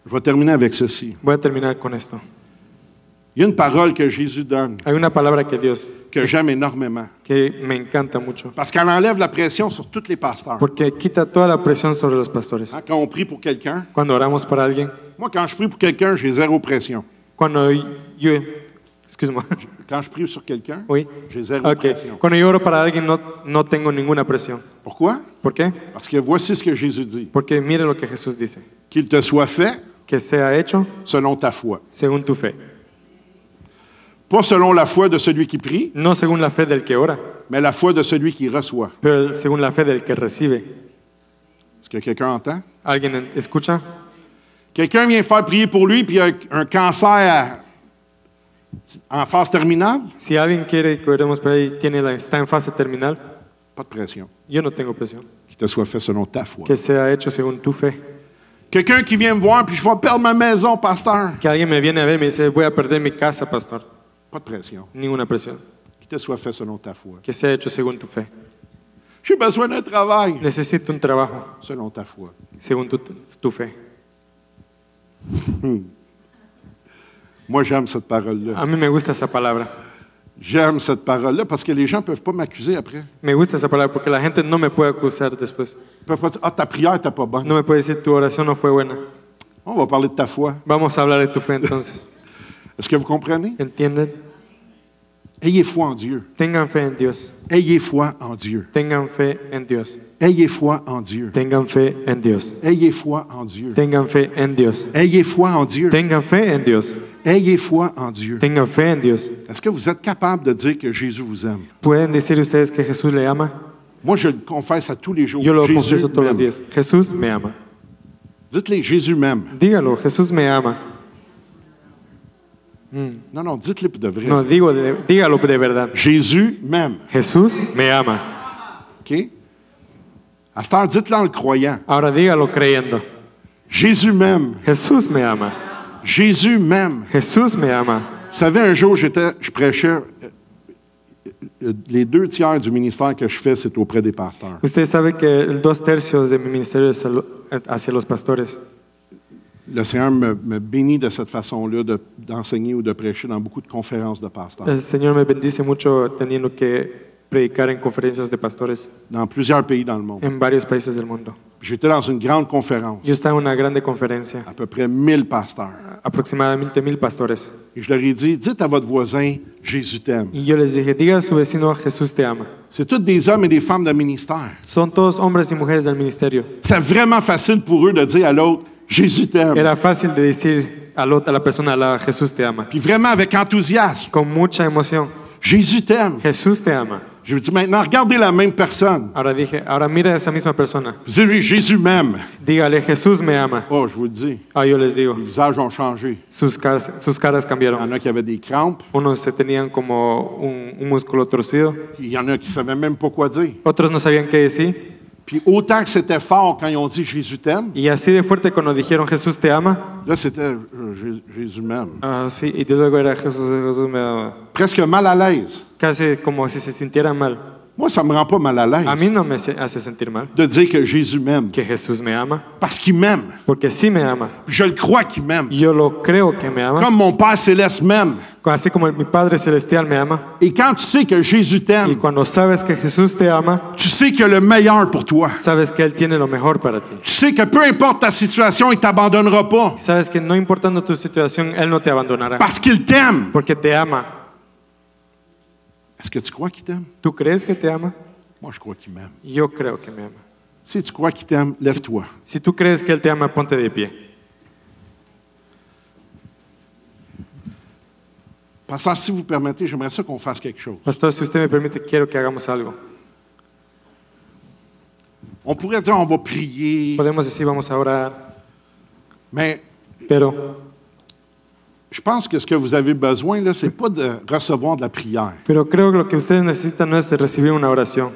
Speaker 1: Je vais terminer avec ceci.
Speaker 2: Voy a terminar con esto.
Speaker 1: Il y a une parole que Jésus donne
Speaker 2: Hay una palabra que Dios,
Speaker 1: que j'aime énormément
Speaker 2: que me encanta mucho,
Speaker 1: parce qu'elle enlève la pression sur tous les pasteurs.
Speaker 2: porque quita toda la presión sobre los pastores.
Speaker 1: Hein, quand on prie pour quelqu'un,
Speaker 2: Cuando oramos para alguien,
Speaker 1: moi, quand je prie pour quelqu'un, j'ai zéro pression.
Speaker 2: cuando yo... (laughs) Excuse-moi.
Speaker 1: Quand je prie sur quelqu'un,
Speaker 2: Oui.
Speaker 1: j'ai zéro
Speaker 2: Ok.
Speaker 1: pression.
Speaker 2: Cuando yo oro para alguien no, no tengo ninguna presión.
Speaker 1: Pourquoi?
Speaker 2: ¿Por qué?
Speaker 1: Parce que voici ce que Jésus dit.
Speaker 2: Porque mire lo que Jesús dice.
Speaker 1: Qu'il te soit fait
Speaker 2: Que sea hecho
Speaker 1: selon ta foi.
Speaker 2: según tu fe.
Speaker 1: Pas selon la foi de celui qui prie,
Speaker 2: No según la fe del que ora,
Speaker 1: mais la foi de celui qui reçoit.
Speaker 2: pero según la fe del que recibe.
Speaker 1: Est-ce que quelqu'un entend?
Speaker 2: ¿Alguien en- escucha?
Speaker 1: Quelqu'un vient faire prier pour lui, puis il a un cancer en phase terminale,
Speaker 2: Si alguien quiere que oremos por ahí, tiene la, está en fase terminal,
Speaker 1: pas de pression.
Speaker 2: yo no tengo presión.
Speaker 1: Qu'il te soit fait selon ta foi.
Speaker 2: Que sea hecho según tu fe.
Speaker 1: Quelqu'un qui vient me voir, puis je vais perdre ma maison, pasteur.
Speaker 2: Que alguien me viene a ver y me dice, voy a perder mi casa, pastor.
Speaker 1: Pas de pression.
Speaker 2: Ninguna presión.
Speaker 1: Qu'il te soit fait selon ta foi.
Speaker 2: Que sea hecho según tu fe.
Speaker 1: J'ai besoin d'un travail
Speaker 2: Necesito un trabajo
Speaker 1: selon ta foi.
Speaker 2: según tu, tu fe.
Speaker 1: Moi, j'aime cette parole-là.
Speaker 2: A mí me gusta esa palabra.
Speaker 1: J'aime cette parole-là parce que les gens ne peuvent pas m'accuser après.
Speaker 2: Me gusta esa palabra porque la gente no me puede acusar después.
Speaker 1: Ils peuvent pas dire Ah, ta prière n'était pas bonne.
Speaker 2: No me puede decir tu oración no fue buena.
Speaker 1: On va parler de ta foi.
Speaker 2: Vamos a hablar de tu fe entonces.
Speaker 1: Est-ce que vous comprenez?
Speaker 2: ¿Entienden?
Speaker 1: Ayez foi en Dieu.
Speaker 2: Tengan fe en Dios.
Speaker 1: Ayez foi en Dieu.
Speaker 2: Tengan fe en Dios.
Speaker 1: Ayez foi en Dieu.
Speaker 2: Tengan fe en Dios.
Speaker 1: Ayez foi en Dieu.
Speaker 2: Tengan fe en Dios.
Speaker 1: Ayez foi en Dieu.
Speaker 2: Tengan fe en Dios.
Speaker 1: Ayez foi en Dieu.
Speaker 2: Tengan fe en Dios.
Speaker 1: Est-ce que vous êtes capable de dire que Jésus vous aime?
Speaker 2: ¿Pueden decir ustedes que Jesús le ama?
Speaker 1: Moi, je le confesse à tous les jours.
Speaker 2: Yo lo
Speaker 1: Jésus
Speaker 2: confieso todos los
Speaker 1: m'aime.
Speaker 2: días. Jesús me ama.
Speaker 1: Dites-les, Jésus m'aime.
Speaker 2: Dígalo, Jesús me ama.
Speaker 1: Non, non, dites-les pour de vrai.
Speaker 2: No, digo de- dígalo de verdad.
Speaker 1: Jésus m'aime.
Speaker 2: Jesús me ama.
Speaker 1: OK? À cette heure, dites-le en le croyant.
Speaker 2: Ahora dígalo creyendo.
Speaker 1: Jésus m'aime.
Speaker 2: Jesús me ama.
Speaker 1: Jésus m'aime.
Speaker 2: Jesús me ama.
Speaker 1: Vous savez, un jour, j'étais, je prêchais. euh, euh, Les deux tiers du ministère que je fais, c'est auprès des pasteurs.
Speaker 2: Usted sabe que el dos tercios de mi ministerio es al- hacia los pastores.
Speaker 1: Le Seigneur me, me bénit de cette façon-là de- d'enseigner ou de prêcher dans beaucoup de conférences de pasteurs.
Speaker 2: El Señor me bendice mucho teniendo que predicar en conferencias de pastores
Speaker 1: Dans plusieurs pays dans le monde.
Speaker 2: en varios países del mundo.
Speaker 1: J'étais dans une grande conférence,
Speaker 2: Yo estaba en una grande conferencia,
Speaker 1: à peu près 1000 pasteurs.
Speaker 2: aproximadamente mil pastores,
Speaker 1: Et je leur ai dit, dites à votre voisin, Jésus t'aime.
Speaker 2: y yo les dije, diga a su vecino, Jesús te ama.
Speaker 1: C'est tous des hommes et des femmes de ministère.
Speaker 2: Son todos hombres y mujeres del ministerio.
Speaker 1: C'est vraiment facile pour eux de dire à l'autre, Jésus t'aime.
Speaker 2: Era fácil de decir al otro- a la persona, la, Jesús te ama,
Speaker 1: Puis vraiment avec enthousiasme,
Speaker 2: con mucha emoción,
Speaker 1: Jésus t'aime.
Speaker 2: Jesús te ama.
Speaker 1: Je lui dis maintenant, regardez la même personne.
Speaker 2: Ahora dije, ahora mira a esa misma persona,
Speaker 1: Vous lui Jésus m'aime.
Speaker 2: dígale, Jesús me ama.
Speaker 1: Oh, je vous le dis,
Speaker 2: Ah, yo les digo,
Speaker 1: les visages ont changé.
Speaker 2: sus caras, sus caras
Speaker 1: Il y en
Speaker 2: cambiaron.
Speaker 1: a qui avaient des crampes,
Speaker 2: Unos se tenían como un, un músculo torcido,
Speaker 1: il y en a qui ne savaient même pas quoi dire.
Speaker 2: otros no sabían qué decir.
Speaker 1: Puis autant que c'était fort quand ils ont dit Jésus t'aime,
Speaker 2: Y así de fuerte cuando dijeron Jesús te ama,
Speaker 1: là c'était euh, Jésus- Jésus m'aime.
Speaker 2: ah, sí, y luego era Jesús, Jesús me ama.
Speaker 1: Presque mal à l'aise.
Speaker 2: Casi como si se sintiera mal.
Speaker 1: Moi, ça ne me rend pas mal à
Speaker 2: A mí
Speaker 1: l'aise
Speaker 2: no me se- hace sentir mal
Speaker 1: de dire que Jésus m'aime.
Speaker 2: que Jesús me ama,
Speaker 1: Parce qu'il m'aime.
Speaker 2: porque sí me ama.
Speaker 1: Je le crois qu'il m'aime.
Speaker 2: Yo lo creo que me ama,
Speaker 1: Comme mon Père Céleste m'aime.
Speaker 2: así como mi Padre Celestial me ama.
Speaker 1: Et quand tu sais que Jésus
Speaker 2: Y
Speaker 1: t'aime,
Speaker 2: cuando sabes que Jesús te ama,
Speaker 1: tu sais qu'il y a le meilleur pour toi.
Speaker 2: sabes que Él tiene lo mejor para ti.
Speaker 1: Tu sais que peu importe ta situation, il ne t'abandonnera pas.
Speaker 2: Sabes que no importando tu situación, Él no te abandonará,
Speaker 1: Parce qu'il t'aime.
Speaker 2: porque te ama.
Speaker 1: Est-ce que tu crois qu'il t'aime?
Speaker 2: ¿Tú crees que te ama?
Speaker 1: Moi, je crois qu'il m'aime.
Speaker 2: Yo creo que me ama.
Speaker 1: Si tu crois qu'il t'aime, lève-toi.
Speaker 2: Si tú crees que Él te ama, ponte de pie.
Speaker 1: Pasteur, si vous permettez, j'aimerais ça qu'on fasse quelque chose.
Speaker 2: Pastor, si usted me permite, quiero que hagamos algo.
Speaker 1: On pourrait dire on va prier,
Speaker 2: Podemos decir vamos a orar,
Speaker 1: mais
Speaker 2: pero,
Speaker 1: je pense que ce que vous avez besoin, là, c'est pas de recevoir de la prière.
Speaker 2: pero creo que lo que ustedes necesitan no es recibir una oración.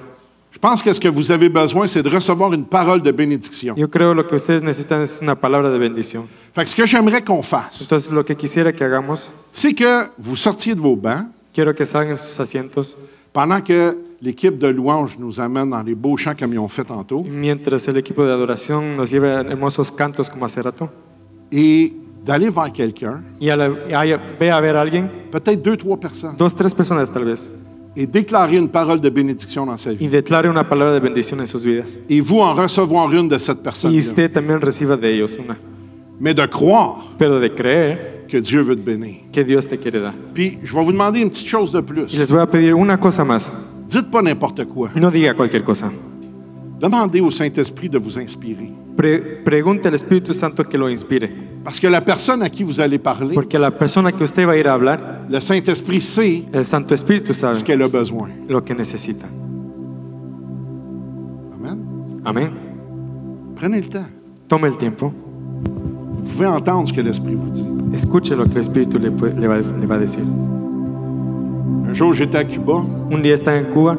Speaker 1: Je pense que ce que vous avez besoin, c'est de recevoir une parole de bénédiction.
Speaker 2: Yo creo lo que ustedes necesitan es una palabra de bendición.
Speaker 1: Fait que ce que j'aimerais qu'on fasse,
Speaker 2: Entonces lo que quisiera que hagamos,
Speaker 1: c'est que vous sortiez de vos bancs
Speaker 2: quiero que salgan sus asientos.
Speaker 1: pendant que l'équipe de louanges nous amène dans les beaux chants comme ils ont fait tantôt.
Speaker 2: Y Mientras el equipo de adoración nos lleva a hermosos cantos como hace rato.
Speaker 1: et d'aller vers quelqu'un,
Speaker 2: Y a la- ay- ve a ver a alguien,
Speaker 1: peut-être deux, trois personnes,
Speaker 2: dos, tres personas tal vez,
Speaker 1: et déclarer une parole de bénédiction dans sa
Speaker 2: y
Speaker 1: vie.
Speaker 2: declare una palabra de bendición en sus vidas.
Speaker 1: Et vous en recevoir une de cette personne.
Speaker 2: Y usted también reciba de ellos una.
Speaker 1: Mais de croire
Speaker 2: Pero de creer
Speaker 1: que Dieu veut te bénir.
Speaker 2: que Dios te quiere dar.
Speaker 1: Puis, je vais vous demander une petite chose de
Speaker 2: Y
Speaker 1: plus.
Speaker 2: les voy a pedir una cosa más.
Speaker 1: Dites pas n'importe quoi.
Speaker 2: No diga cualquier cosa.
Speaker 1: Demandez au Saint-Esprit de vous inspirer.
Speaker 2: Pre- pregunte al Espíritu Santo que lo inspire.
Speaker 1: Parce que la personne à qui vous allez parler,
Speaker 2: Porque la persona que usted va a ir a hablar,
Speaker 1: le Saint-Esprit sait
Speaker 2: el Santo Espíritu sabe
Speaker 1: ce qu'elle a besoin.
Speaker 2: lo que necesita.
Speaker 1: Amen.
Speaker 2: Amén.
Speaker 1: Prenez le temps.
Speaker 2: Tome el tiempo.
Speaker 1: Vous pouvez entendre ce que l'Esprit vous dit.
Speaker 2: Escuche lo que el Espíritu le, puede- le va, le va a decir.
Speaker 1: Un jour, j'étais à Cuba,
Speaker 2: Un día está en Cuba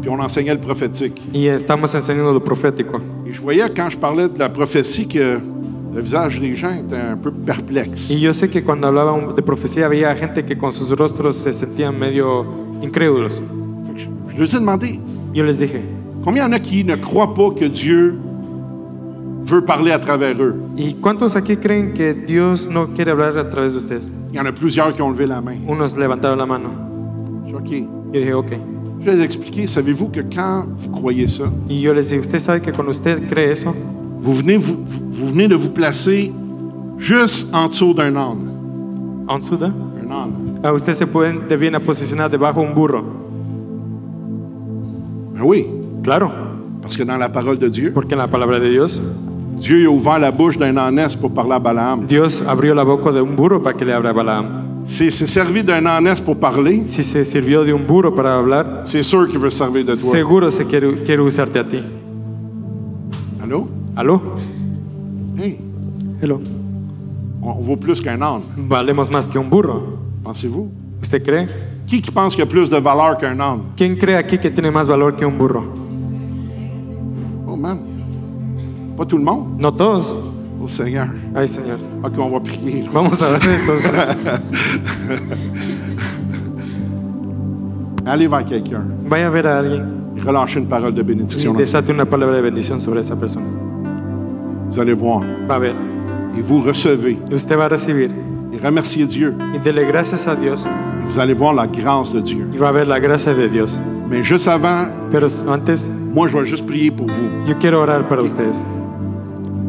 Speaker 1: puis on enseignait le prophétique.
Speaker 2: y estamos enseñando lo profético.
Speaker 1: Et je voyais quand je parlais de la prophétie que le visage des gens était un peu perplexe.
Speaker 2: Y yo sé que cuando hablaba de profecía había gente que con sus rostros se sentían medio incrédulos.
Speaker 1: Fait que je, je leur ai demandé
Speaker 2: Yo les dije,
Speaker 1: combien il y en a qui ne croient pas que Dieu veut parler à travers eux.
Speaker 2: ¿y cuántos aquí creen que Dios no quiere hablar a través de ustedes?
Speaker 1: Il y en a plusieurs qui ont levé la main.
Speaker 2: Unos levantaron la mano.
Speaker 1: Je dis, OK.
Speaker 2: Yo dije, ok.
Speaker 1: Je les ai expliqué savez-vous que quand vous croyez ça,
Speaker 2: Y yo les dije, ¿usted sabe que cuando usted cree eso,
Speaker 1: vous venez, vous, vous- vous venez de vous placer juste en dessous d'un âne.
Speaker 2: Onsuda,
Speaker 1: Un âne.
Speaker 2: a usted se pueden, te viene a posicionar debajo de un burro?
Speaker 1: Ben oui,
Speaker 2: Claro,
Speaker 1: parce que dans la parole de Dieu,
Speaker 2: porque en la palabra de Dios,
Speaker 1: Dieu il a ouvert la bouche d'un ânesse pour parler à Balaam.
Speaker 2: Dios abrió la boca de un burro para que le abra a Balaam.
Speaker 1: S'il s'est servi d'un ânesse pour parler,
Speaker 2: Si se sirvió de un burro para hablar,
Speaker 1: c'est sûr qu'il veut se servir de toi.
Speaker 2: seguro se quiere, quiere usarte a ti.
Speaker 1: Allô?
Speaker 2: ¿Aló?
Speaker 1: Hey,
Speaker 2: Hello.
Speaker 1: on on vaut plus qu'un âne,
Speaker 2: Valemos más que un burro.
Speaker 1: pensez-vous?
Speaker 2: ¿Usted cree?
Speaker 1: Qui qui pense qu'il y a plus de valeur qu'un âne?
Speaker 2: ¿Quién cree aquí que tiene más valor que un burro?
Speaker 1: Oh man, pas tout le monde.
Speaker 2: No todos.
Speaker 1: Oh Seigneur.
Speaker 2: Ay, Señor.
Speaker 1: Ok, on va prier. là.
Speaker 2: Vamos a ver entonces.
Speaker 1: Allez vers quelqu'un.
Speaker 2: Vaya a ver a alguien
Speaker 1: Relâchez une parole de
Speaker 2: y
Speaker 1: bénédiction. dans-
Speaker 2: desate una palabra de bendición sobre esa persona.
Speaker 1: Vous allez voir.
Speaker 2: Va a ver.
Speaker 1: Et vous recevez.
Speaker 2: Y usted va a recibir.
Speaker 1: Et remerciez Dieu.
Speaker 2: Y dele gracias a Dios.
Speaker 1: Et vous allez voir la grâce de Dieu.
Speaker 2: Y va a ver la gracia de Dios.
Speaker 1: Mais juste avant,
Speaker 2: Pero antes,
Speaker 1: moi, je vais juste prier pour vous.
Speaker 2: yo quiero orar para ustedes.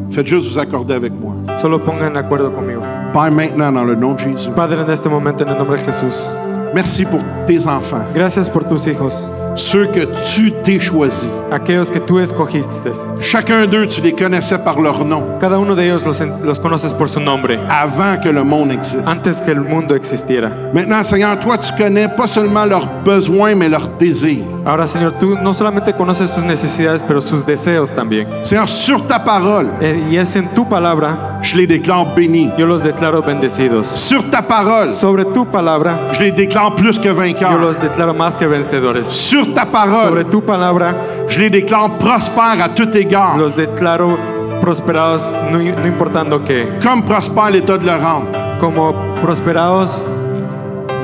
Speaker 1: Faites juste vous accorder avec moi.
Speaker 2: Solo pongan de acuerdo conmigo.
Speaker 1: Père, maintenant, dans le nom de Jésus,
Speaker 2: Padre, en este momento, en el nombre de Jesús,
Speaker 1: merci pour tes enfants,
Speaker 2: gracias por tus hijos,
Speaker 1: ceux que tu t'es choisis.
Speaker 2: aquellos que tú escogiste.
Speaker 1: Chacun d'eux, tu les connaissais par leur nom
Speaker 2: Cada uno de ellos los, en- los conoces por su nombre.
Speaker 1: avant que le monde existe.
Speaker 2: antes que el mundo existiera.
Speaker 1: Maintenant, Seigneur, toi, tu connais pas seulement leurs besoins, mais leurs désirs.
Speaker 2: Ahora, Señor, tú no solamente conoces sus necesidades, pero sus deseos también.
Speaker 1: Seigneur, sur ta parole,
Speaker 2: Eh, Y es en tu palabra,
Speaker 1: je les déclare bénis.
Speaker 2: yo los declaro bendecidos.
Speaker 1: Sur ta parole,
Speaker 2: Sobre tu palabra,
Speaker 1: je les déclare plus que
Speaker 2: yo
Speaker 1: vainqueurs.
Speaker 2: los declaro más que vencedores.
Speaker 1: Sur ta
Speaker 2: Sobre
Speaker 1: parole,
Speaker 2: tu palabra,
Speaker 1: je les déclare prospères à tout égard,
Speaker 2: los declaro prosperados, no, no importando qué,
Speaker 1: comme prospère l'état de leur âme,
Speaker 2: como prosperados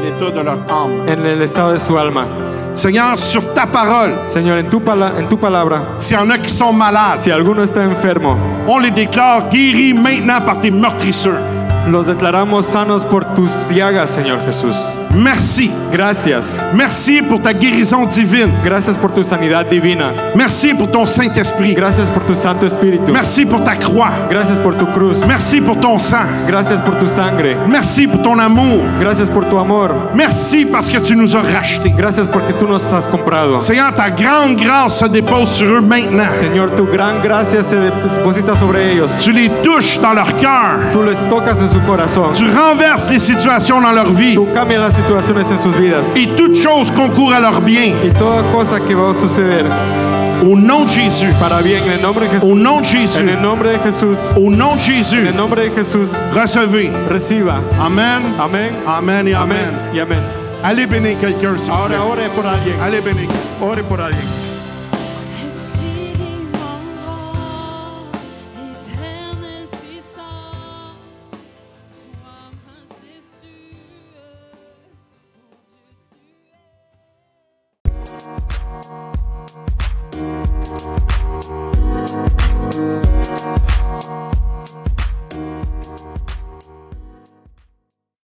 Speaker 1: l'état de leur âme.
Speaker 2: en el estado de su alma.
Speaker 1: Seigneur, sur ta parole,
Speaker 2: Señor, en tu, pala- en tu palabra,
Speaker 1: s'il y en a qui sont malades,
Speaker 2: si alguno está enfermo,
Speaker 1: on les déclare guéris maintenant par tes meurtrisseurs.
Speaker 2: los declaramos sanos por tus llagas, Señor Jesús.
Speaker 1: Merci.
Speaker 2: Gracias.
Speaker 1: Merci pour ta guérison divine.
Speaker 2: Gracias por tu sanidad divina.
Speaker 1: Merci pour ton Saint-Esprit.
Speaker 2: Gracias por tu Santo Espíritu.
Speaker 1: Merci pour ta croix.
Speaker 2: Gracias por tu cruz.
Speaker 1: Merci pour ton sang.
Speaker 2: Gracias por tu sangre.
Speaker 1: Merci pour ton amour.
Speaker 2: Gracias por tu amor.
Speaker 1: Merci parce que tu nous as rachetés.
Speaker 2: Gracias porque tú nos has comprado.
Speaker 1: Seigneur, ta grande grâce se dépose sur eux maintenant.
Speaker 2: Señor, tu gran gracia se deposita sobre ellos.
Speaker 1: Tu les touches dans leur cœur.
Speaker 2: Tú les tocas en su corazón.
Speaker 1: Tu renverses les situations dans leur vie.
Speaker 2: Tú cambias las situaciones en sus vidas.
Speaker 1: Et toute chose concourt à leur bien.
Speaker 2: Y toda cosa que va a suceder
Speaker 1: Au nom de Jésus.
Speaker 2: para bien, en el nombre de
Speaker 1: Au
Speaker 2: Jesús.
Speaker 1: nom de
Speaker 2: En
Speaker 1: Jésus.
Speaker 2: el nombre de Jesús.
Speaker 1: Au nom de Jésus.
Speaker 2: En el nombre de Jesús.
Speaker 1: Recevez.
Speaker 2: Reciba.
Speaker 1: Amen.
Speaker 2: Amén.
Speaker 1: Amen et
Speaker 2: Amén.
Speaker 1: amen.
Speaker 2: Y amén.
Speaker 1: Allez bénir quelqu'un, s'il vous plaît.
Speaker 2: Ahora ore por alguien.
Speaker 1: Allez bénir.
Speaker 2: Ore por alguien.
Speaker 1: Amen.